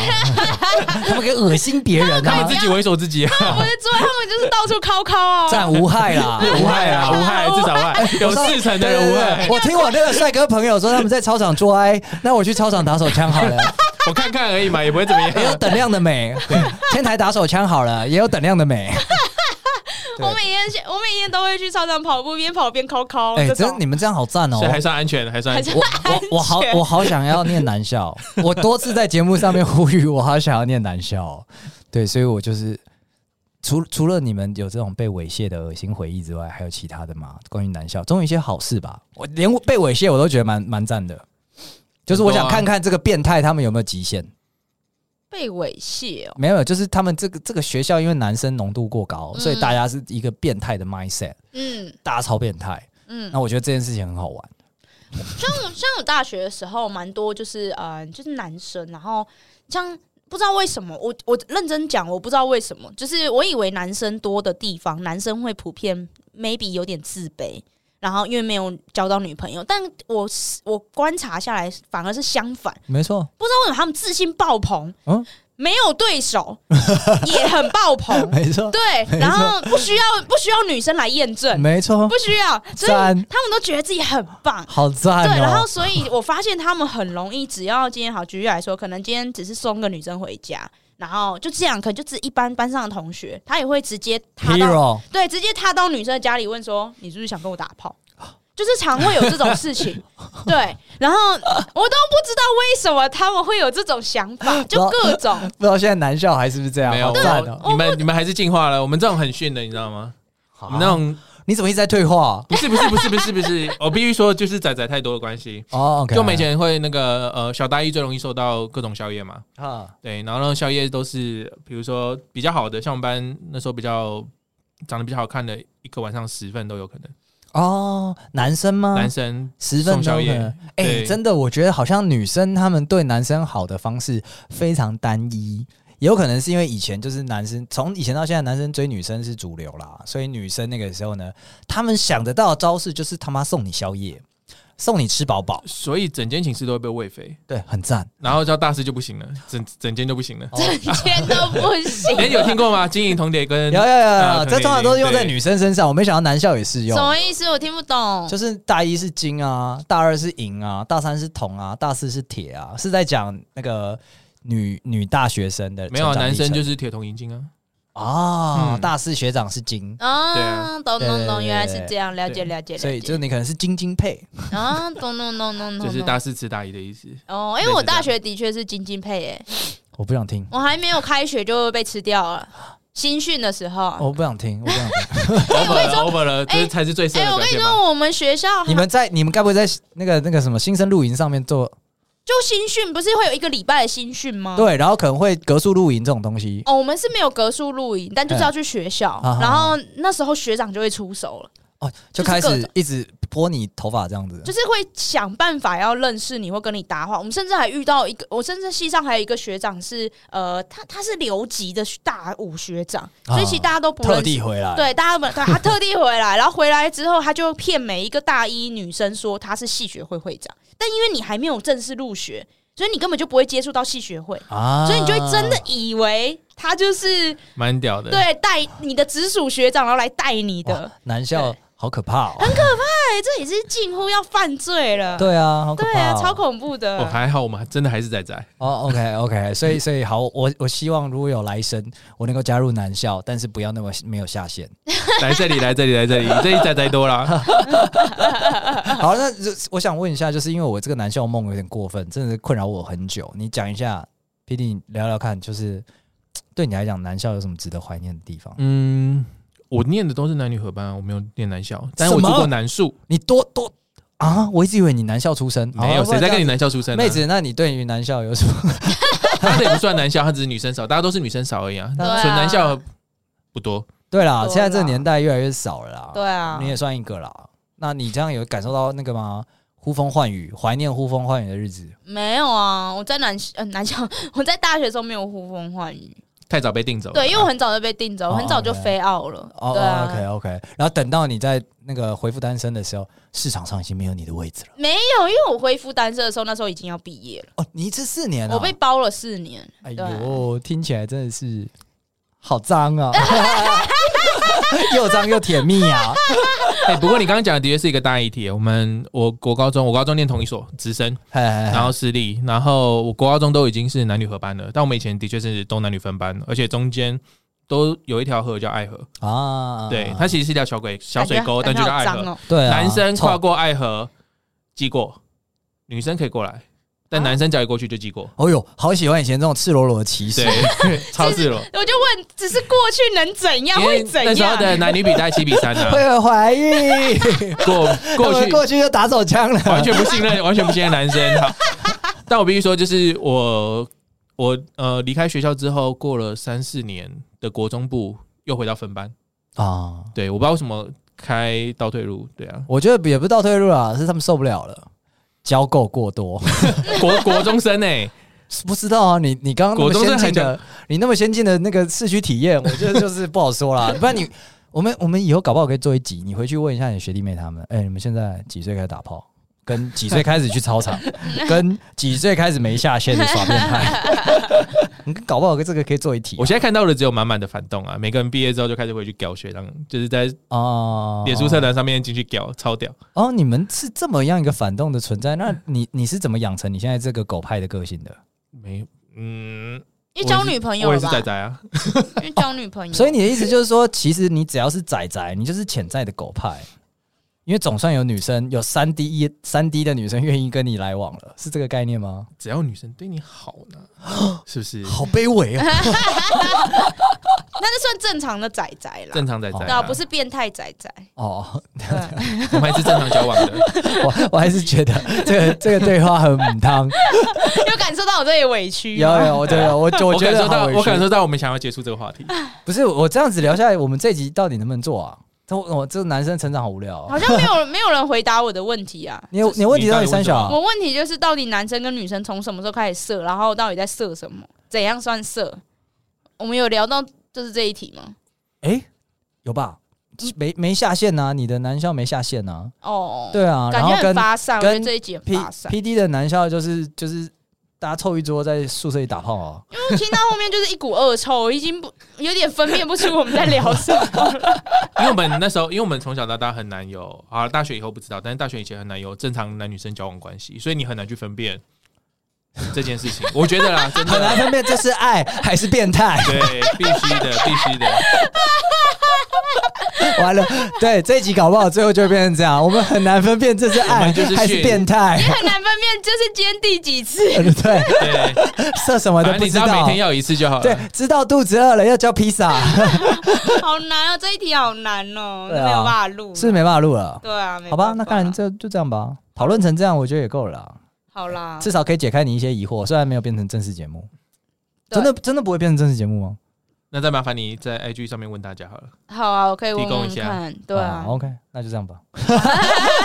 [SPEAKER 1] 他们可以恶心别人
[SPEAKER 3] 他们
[SPEAKER 1] 啊，
[SPEAKER 3] 自己猥琐自己啊，
[SPEAKER 2] 不是做，他们就是到处敲敲啊。
[SPEAKER 1] 占无害啦，
[SPEAKER 3] 无害啊， 无害，至少无害，有四成的人无害。
[SPEAKER 1] 我听我那个帅哥朋友说他们在操场做爱，那我去操场打手枪好了，
[SPEAKER 3] 我看看而已嘛，也不会怎 么
[SPEAKER 1] 也有
[SPEAKER 3] 样。
[SPEAKER 1] 等量的美。天台打手枪好了，也有等量的美。
[SPEAKER 2] 我每天我每天都会去操场跑步，边跑边敲敲。
[SPEAKER 1] 哎、
[SPEAKER 2] 这种
[SPEAKER 1] 真的你们这样好赞哦、
[SPEAKER 3] 哦所以还算安全，还算安全。
[SPEAKER 1] 我我我好我好想要念男校，我多次在节目上面呼吁，我好想要念男校哦。对，所以我就是除除了你们有这种被猥亵的恶心回忆之外，还有其他的吗？关于男校，总有一些好事吧？我连被猥亵我都觉得蛮蛮赞的，就是我想
[SPEAKER 3] 啊
[SPEAKER 1] 看看这个变态他们有没有极限。
[SPEAKER 2] 被猥亵哦。
[SPEAKER 1] 没有，就是他们这个这个学校因为男生浓度过高，所以大家是一个变态的 mindset，
[SPEAKER 2] 嗯
[SPEAKER 1] 大家超变态。
[SPEAKER 2] 嗯，
[SPEAKER 1] 那我觉得这件事情很好玩，
[SPEAKER 2] 像像我大学的时候，蛮多就是呃，就是男生，然后像不知道为什么，我我认真讲，我不知道为什么，就是我以为男生多的地方，男生会普遍 maybe 有点自卑，然后因为没有交到女朋友，但我是我观察下来，反而是相反，
[SPEAKER 1] 没错，
[SPEAKER 2] 不知道为什么他们自信爆棚，
[SPEAKER 1] 嗯
[SPEAKER 2] 没有对手 也很爆 棚，
[SPEAKER 1] 没错，
[SPEAKER 2] 对，
[SPEAKER 1] 没
[SPEAKER 2] 然后不需要不需要女生来验证，
[SPEAKER 1] 没错
[SPEAKER 2] 不，需要，所以
[SPEAKER 1] 赞，
[SPEAKER 2] 他们都觉得自己很棒。
[SPEAKER 1] 好赞
[SPEAKER 2] 对，然后
[SPEAKER 1] 哦！
[SPEAKER 2] 所以我发现他们很容易，只要今天好，举例来说，可能今天只是送个女生回家，然后就这样，可能就只一般班上的同学，他也会直接踏到，
[SPEAKER 1] Hero，
[SPEAKER 2] 对，直接踏到女生的家里问说：“你是不是想跟我打炮？”就是常会有这种事情，对，然后我都不知道为什么他们会有这种想法，就各种，
[SPEAKER 1] 不知道现在男校还是不是这样
[SPEAKER 3] 没，有
[SPEAKER 1] 好赞哦！
[SPEAKER 3] 你们你们还是进化了，我们这种很逊的，你知道吗？我
[SPEAKER 1] 好
[SPEAKER 3] 们那种
[SPEAKER 1] 你怎么一直在退化？
[SPEAKER 3] 不是不是不是不是不是， 我必须说就是仔仔太多的关系，
[SPEAKER 1] 哦，OK，
[SPEAKER 4] 啊
[SPEAKER 3] 就我们以前会那个呃小大一最容易受到各种宵夜嘛，
[SPEAKER 1] 啊，
[SPEAKER 3] 对，然后那种宵夜都是比如说比较好的，像我们班那时候比较长得比较好看的，一个晚上十份都有可能，
[SPEAKER 1] 哦，男生
[SPEAKER 4] 嗯
[SPEAKER 1] 吗？
[SPEAKER 3] 男生
[SPEAKER 1] 十分
[SPEAKER 3] 送宵
[SPEAKER 1] 钟
[SPEAKER 3] 夜
[SPEAKER 1] 的，哎、
[SPEAKER 3] 对
[SPEAKER 1] 真的，我觉得好像女生她们对男生好的方式非常单一，
[SPEAKER 3] 嗯
[SPEAKER 1] 也有可能是因为以前就是男生从以前到现在，男生追女生是主流啦，所以女生那个时候呢，他们想得到的招式就是他妈送你宵夜，送你吃饱饱，
[SPEAKER 3] 所以整间寝室都会被喂肥，
[SPEAKER 1] 对，很赞。
[SPEAKER 3] 然后叫大师就不行 了，整整间就不行
[SPEAKER 1] 哦
[SPEAKER 3] 了。
[SPEAKER 4] 整天都 不行。
[SPEAKER 3] 哎、有听过吗？金银铜蝶跟
[SPEAKER 1] 有有有
[SPEAKER 3] 啊
[SPEAKER 1] 有，这通常都是用在女生身上，我没想到男校也适用
[SPEAKER 4] 什。么意思？我听不懂。
[SPEAKER 1] 就是大一是金啊，大二是银啊，大三是铜啊，大四是铁啊，是在讲那个女女大学生的
[SPEAKER 3] 没有啊
[SPEAKER 1] 成长
[SPEAKER 3] 男
[SPEAKER 1] 历
[SPEAKER 3] 生
[SPEAKER 1] 程
[SPEAKER 3] 就是铁铜银金啊。
[SPEAKER 1] 哦，
[SPEAKER 3] 嗯
[SPEAKER 1] 大四学长是金，
[SPEAKER 3] 对
[SPEAKER 4] 啊，
[SPEAKER 3] 啊
[SPEAKER 4] 懂
[SPEAKER 1] 对对
[SPEAKER 4] 懂
[SPEAKER 1] 对
[SPEAKER 4] 懂，
[SPEAKER 1] 对
[SPEAKER 4] 原来是这样，了解了解
[SPEAKER 1] 所以
[SPEAKER 4] 了
[SPEAKER 1] 就是
[SPEAKER 4] 解。
[SPEAKER 1] 你可能是金金配，
[SPEAKER 4] 啊，懂懂懂懂 懂。
[SPEAKER 3] 就是大四吃大一的意思。
[SPEAKER 4] 哦，因为我大学的确是金金配诶，
[SPEAKER 1] 我不想听，
[SPEAKER 4] 我还没有开学就被吃掉了，新训的时候。
[SPEAKER 1] 我不想听，我不 想听。
[SPEAKER 3] over 了，over 了，这
[SPEAKER 4] 哎
[SPEAKER 3] 才是最深
[SPEAKER 4] 哎，
[SPEAKER 3] 的
[SPEAKER 4] 我
[SPEAKER 3] 表
[SPEAKER 4] 跟你
[SPEAKER 3] 现吧。
[SPEAKER 4] 说，我们学校
[SPEAKER 1] 你们在你们该不会在那个那个什么新生露营上面做
[SPEAKER 4] 就新训不是会有一个礼拜的新训吗？
[SPEAKER 1] 对，然后可能会格数露营这种东西
[SPEAKER 4] 哦，我们是没有格数露营，但就是要去学校
[SPEAKER 1] 嗯啊，
[SPEAKER 4] 然后那时候学长就会出手了，
[SPEAKER 1] 哦，就
[SPEAKER 4] 就是
[SPEAKER 1] 开
[SPEAKER 4] 各
[SPEAKER 1] 始
[SPEAKER 4] 种
[SPEAKER 1] 一直拨你头发这样子
[SPEAKER 4] 就，是会想办法要认识你或跟你搭话。我们甚至还遇到一个，我甚至系上还有一个学长是呃，他他是留级的大五学长，所以其实大家都不
[SPEAKER 1] 啊特
[SPEAKER 4] 认识
[SPEAKER 1] 地回来，
[SPEAKER 4] 对，大家们对他特地回来，然后回来之后，他就骗每一个大一女生说他是系学会会长，但因为你还没有正式入学，所以你根本就不会接触到系学会，
[SPEAKER 1] 啊
[SPEAKER 4] 所以你就会真的以为他就是
[SPEAKER 3] 蛮屌的。，
[SPEAKER 4] 对带你的直属学长，然后来带你的。
[SPEAKER 1] 哇男校好可怕，哦。
[SPEAKER 4] 哎，这也是近乎要犯罪了。
[SPEAKER 1] 对啊，好可
[SPEAKER 4] 对
[SPEAKER 1] 怕
[SPEAKER 4] 啊，
[SPEAKER 1] 哦，
[SPEAKER 4] 超恐怖的。
[SPEAKER 3] 哦，还好我们还真的还是仔仔。
[SPEAKER 1] 哦，OK OK，所以所以好，我我希望如果有来生，我能够加入男校，但是不要那么没有下限。
[SPEAKER 3] 来这里，来这里，来这里，这里仔仔多了。
[SPEAKER 1] 好，那就我想问一下，就是因为我这个男校梦有点过分，真的是困扰我很久。你讲一下，P D 聊聊看，就是对你来讲，男校有什么值得怀念的地方？
[SPEAKER 3] 嗯，我念的都是男女合班啊，我没有念男校，但是我
[SPEAKER 1] 什
[SPEAKER 3] 住
[SPEAKER 1] 么
[SPEAKER 3] 过男宿，
[SPEAKER 1] 你多多啊，我一直以为你男校出身，哦
[SPEAKER 3] 没有谁在跟你男校出身
[SPEAKER 1] 你
[SPEAKER 3] 啊
[SPEAKER 1] 妹。子？那你对于男校有什么？
[SPEAKER 3] 他这也不算男校，他只是女生少，大家都是女生少而已啊。
[SPEAKER 1] 对
[SPEAKER 4] 啊
[SPEAKER 3] 纯男校不多，
[SPEAKER 1] 对啦，
[SPEAKER 4] 多啦
[SPEAKER 1] 现在这个年代越来越少了啦。
[SPEAKER 4] 对啊
[SPEAKER 1] 你，也算一个啦。那你这样有感受到那个吗？呼风唤雨，怀念呼风唤雨的日子。
[SPEAKER 4] 没有啊，我在南呃南校，我在大学的时候没有呼风唤雨，
[SPEAKER 3] 太早被定走了。
[SPEAKER 4] 对，因为我很早就被定走，
[SPEAKER 1] 哦
[SPEAKER 4] 很早就
[SPEAKER 3] 啊
[SPEAKER 1] OK
[SPEAKER 4] 飞澳了。
[SPEAKER 1] 哦、
[SPEAKER 4] 对啊
[SPEAKER 1] o k OK。然后等到你在那个恢复单身的时候，市场上已经没有你的位置了。
[SPEAKER 4] 没有，因为我恢复单身的时候，那时候已经要毕业了，
[SPEAKER 1] 哦，你这四年啊，
[SPEAKER 4] 我被包了四年。
[SPEAKER 1] 哎
[SPEAKER 4] 对
[SPEAKER 1] 呦，听起来真的是好脏啊，又脏又甜蜜啊！
[SPEAKER 3] 哎，不过你刚刚讲的的确是一个大议题。我们我国高中，我高中念同一所直升，
[SPEAKER 1] 哎哎
[SPEAKER 3] 然后私立，然后我国高中都已经是男女合班了，但我们以前的确是都男女分班，而且中间都有一条河叫爱河，
[SPEAKER 1] 哎啊，
[SPEAKER 3] 对，它其实是一条小鬼小
[SPEAKER 4] 感觉
[SPEAKER 3] 水沟，但
[SPEAKER 4] 感觉
[SPEAKER 3] 就叫
[SPEAKER 4] 好
[SPEAKER 3] 爱
[SPEAKER 4] 脏
[SPEAKER 3] 河。
[SPEAKER 4] 哦。
[SPEAKER 1] 对啊
[SPEAKER 3] 男生跨
[SPEAKER 1] 臭
[SPEAKER 3] 过爱河，记过，女生可以过来，
[SPEAKER 4] 啊
[SPEAKER 3] 但男生只要一过去就记过。
[SPEAKER 1] 哦呦，好喜欢以前这种赤裸裸的歧视。
[SPEAKER 3] 对，超自了，
[SPEAKER 4] 我就问，只是过去能怎样？
[SPEAKER 3] 因为
[SPEAKER 4] 会怎
[SPEAKER 3] 那时候
[SPEAKER 4] 样？
[SPEAKER 3] 的男女比大概七比三 啊，
[SPEAKER 1] 会有怀孕，
[SPEAKER 3] 过
[SPEAKER 1] 他
[SPEAKER 3] 过
[SPEAKER 1] 们
[SPEAKER 3] 去
[SPEAKER 1] 过去就打手枪了，
[SPEAKER 3] 完全不信任，完 全不信任男生。好，但我必须说，就是我我呃离开学校之后，过了三四年的国中部，又回到分班。
[SPEAKER 1] 啊！
[SPEAKER 3] 对，我不知道为什么开倒退路。对啊，
[SPEAKER 1] 我觉得也不是倒退路啊，是他们受不了了。交够过多，
[SPEAKER 3] 国 国中生哎，
[SPEAKER 1] 不知道啊。你你刚刚那
[SPEAKER 3] 果
[SPEAKER 1] 么
[SPEAKER 3] 冻
[SPEAKER 1] 先
[SPEAKER 3] 是
[SPEAKER 1] 进的，你那么先进的那个市区体验，我 觉得就是不好说啦。不然你我们我们以后搞不好可以做一集，你回去问一下你学弟妹他们，哎、你们现在几岁开始打炮？跟几岁开始去操场，跟几岁开始没下线的耍变态，你搞不好这个可以做一题啊
[SPEAKER 3] 我现在看到的只有满满的反动啊！每个人毕业之后就开始回去搞学长，就是在
[SPEAKER 1] 哦。
[SPEAKER 3] 脸书社团上面进去搞，超屌。
[SPEAKER 1] 哦，你们是这么样一个反动的存在，那你你是怎么养成你现在这个狗派的个性的？
[SPEAKER 3] 没，嗯，
[SPEAKER 2] 因为交女朋友
[SPEAKER 3] 我
[SPEAKER 2] 了
[SPEAKER 3] 也是
[SPEAKER 2] 吧
[SPEAKER 3] 仔，仔啊，
[SPEAKER 2] 因为交女朋友，
[SPEAKER 1] 所以你的意思就是说，其实你只要是仔仔，你就是潜在的狗派，因为总算有女生有三 D 一三 D 的女生愿意跟你来往了，是这个概念吗？
[SPEAKER 3] 只要女生对你好呢，是不是？
[SPEAKER 1] 好卑微啊！
[SPEAKER 2] 那就算正常的仔仔啦，
[SPEAKER 3] 正常仔仔、
[SPEAKER 1] 对
[SPEAKER 2] 对啊，不是变态仔仔，嗯
[SPEAKER 1] 哦，
[SPEAKER 3] 我们还是正常交往的。
[SPEAKER 1] 我我还是觉得这个这个对话很母 汤，
[SPEAKER 2] 有感受到我这里委屈吗，
[SPEAKER 1] 有有，我对我我
[SPEAKER 3] 我
[SPEAKER 1] 觉
[SPEAKER 3] 感
[SPEAKER 1] 得
[SPEAKER 3] 受到，
[SPEAKER 1] 好委屈
[SPEAKER 3] 我感受到我们想要结束这个话题。
[SPEAKER 1] 不是我这样子聊下来，我们这集到底能不能做啊？这我这男生成长好无聊、
[SPEAKER 2] 好
[SPEAKER 1] 啊，
[SPEAKER 2] 像没有 没有人回答我的问题啊。
[SPEAKER 1] 你有你问题到底三小、啊
[SPEAKER 2] 我？问题就是，到底男生跟女生从什么时候开始射，然后到底在射什么，怎样算射？我们有聊到就是这一题吗？
[SPEAKER 1] 哎、有吧？没没下线呐、你的男校没下线呐、
[SPEAKER 2] 哦，
[SPEAKER 1] 对啊，然
[SPEAKER 2] 感
[SPEAKER 1] 后
[SPEAKER 2] 觉很
[SPEAKER 1] 跟
[SPEAKER 2] 发散，我
[SPEAKER 1] 跟
[SPEAKER 2] 觉得这一集很
[SPEAKER 1] P
[SPEAKER 2] 发散。
[SPEAKER 1] P D 的男校就是就是大家凑一桌在宿舍里打炮 啊，
[SPEAKER 2] 因为听到后面就是一股恶臭，我已经不有点分辨不出我们在聊 什么。
[SPEAKER 3] 因为我们那时候，因为我们从小到大很难有啊，大学以后不知道，但是大学以前很难有正常男女生交往关系，所以你很难去分辨这件事情。我觉得啦，真的。
[SPEAKER 1] 很难分辨这是爱还是变态
[SPEAKER 3] 对，必须的，必须的。
[SPEAKER 1] 完了，对这一集搞不好最后就会变成这样，我们很难分辨这是
[SPEAKER 3] 我
[SPEAKER 1] 爱
[SPEAKER 3] 们就是
[SPEAKER 1] 还是
[SPEAKER 3] 血
[SPEAKER 1] 变 态。
[SPEAKER 2] 很难分辨这是今天第几 次，
[SPEAKER 1] 对，
[SPEAKER 3] 对，
[SPEAKER 1] 射什么都
[SPEAKER 3] 反正
[SPEAKER 1] 不
[SPEAKER 3] 你
[SPEAKER 1] 知
[SPEAKER 3] 只要每
[SPEAKER 1] 道
[SPEAKER 3] 天。要有一次就好了。
[SPEAKER 1] 对，知道肚子饿了要叫披萨，
[SPEAKER 2] 好难哦，这一题好难哦，
[SPEAKER 1] 对啊
[SPEAKER 2] 没有办法录。
[SPEAKER 1] 是没办法录了。
[SPEAKER 2] 对啊，没
[SPEAKER 1] 好吧，
[SPEAKER 2] 办
[SPEAKER 1] 那
[SPEAKER 2] 法
[SPEAKER 1] 看来这就这样吧。讨论成这样，我觉得也够了啦，
[SPEAKER 2] 好啦，
[SPEAKER 1] 至少可以解开你一些疑惑。虽然没有变成正式节目，
[SPEAKER 2] 对
[SPEAKER 1] 真的真的不会变成正式节目吗？
[SPEAKER 3] 那再麻烦你在 IG 上面问大家好了。
[SPEAKER 2] 好啊，我可以问
[SPEAKER 3] 提供
[SPEAKER 2] 问
[SPEAKER 3] 一下
[SPEAKER 2] 看，对啊，
[SPEAKER 1] ，OK，那就这样吧。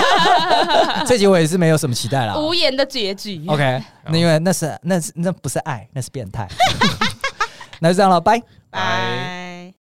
[SPEAKER 1] 这集我也是没有什么期待啦。
[SPEAKER 2] 无言的结局。
[SPEAKER 1] OK，那 因为那是那是那不是爱，那是变态。那就这样了，拜。
[SPEAKER 2] 拜。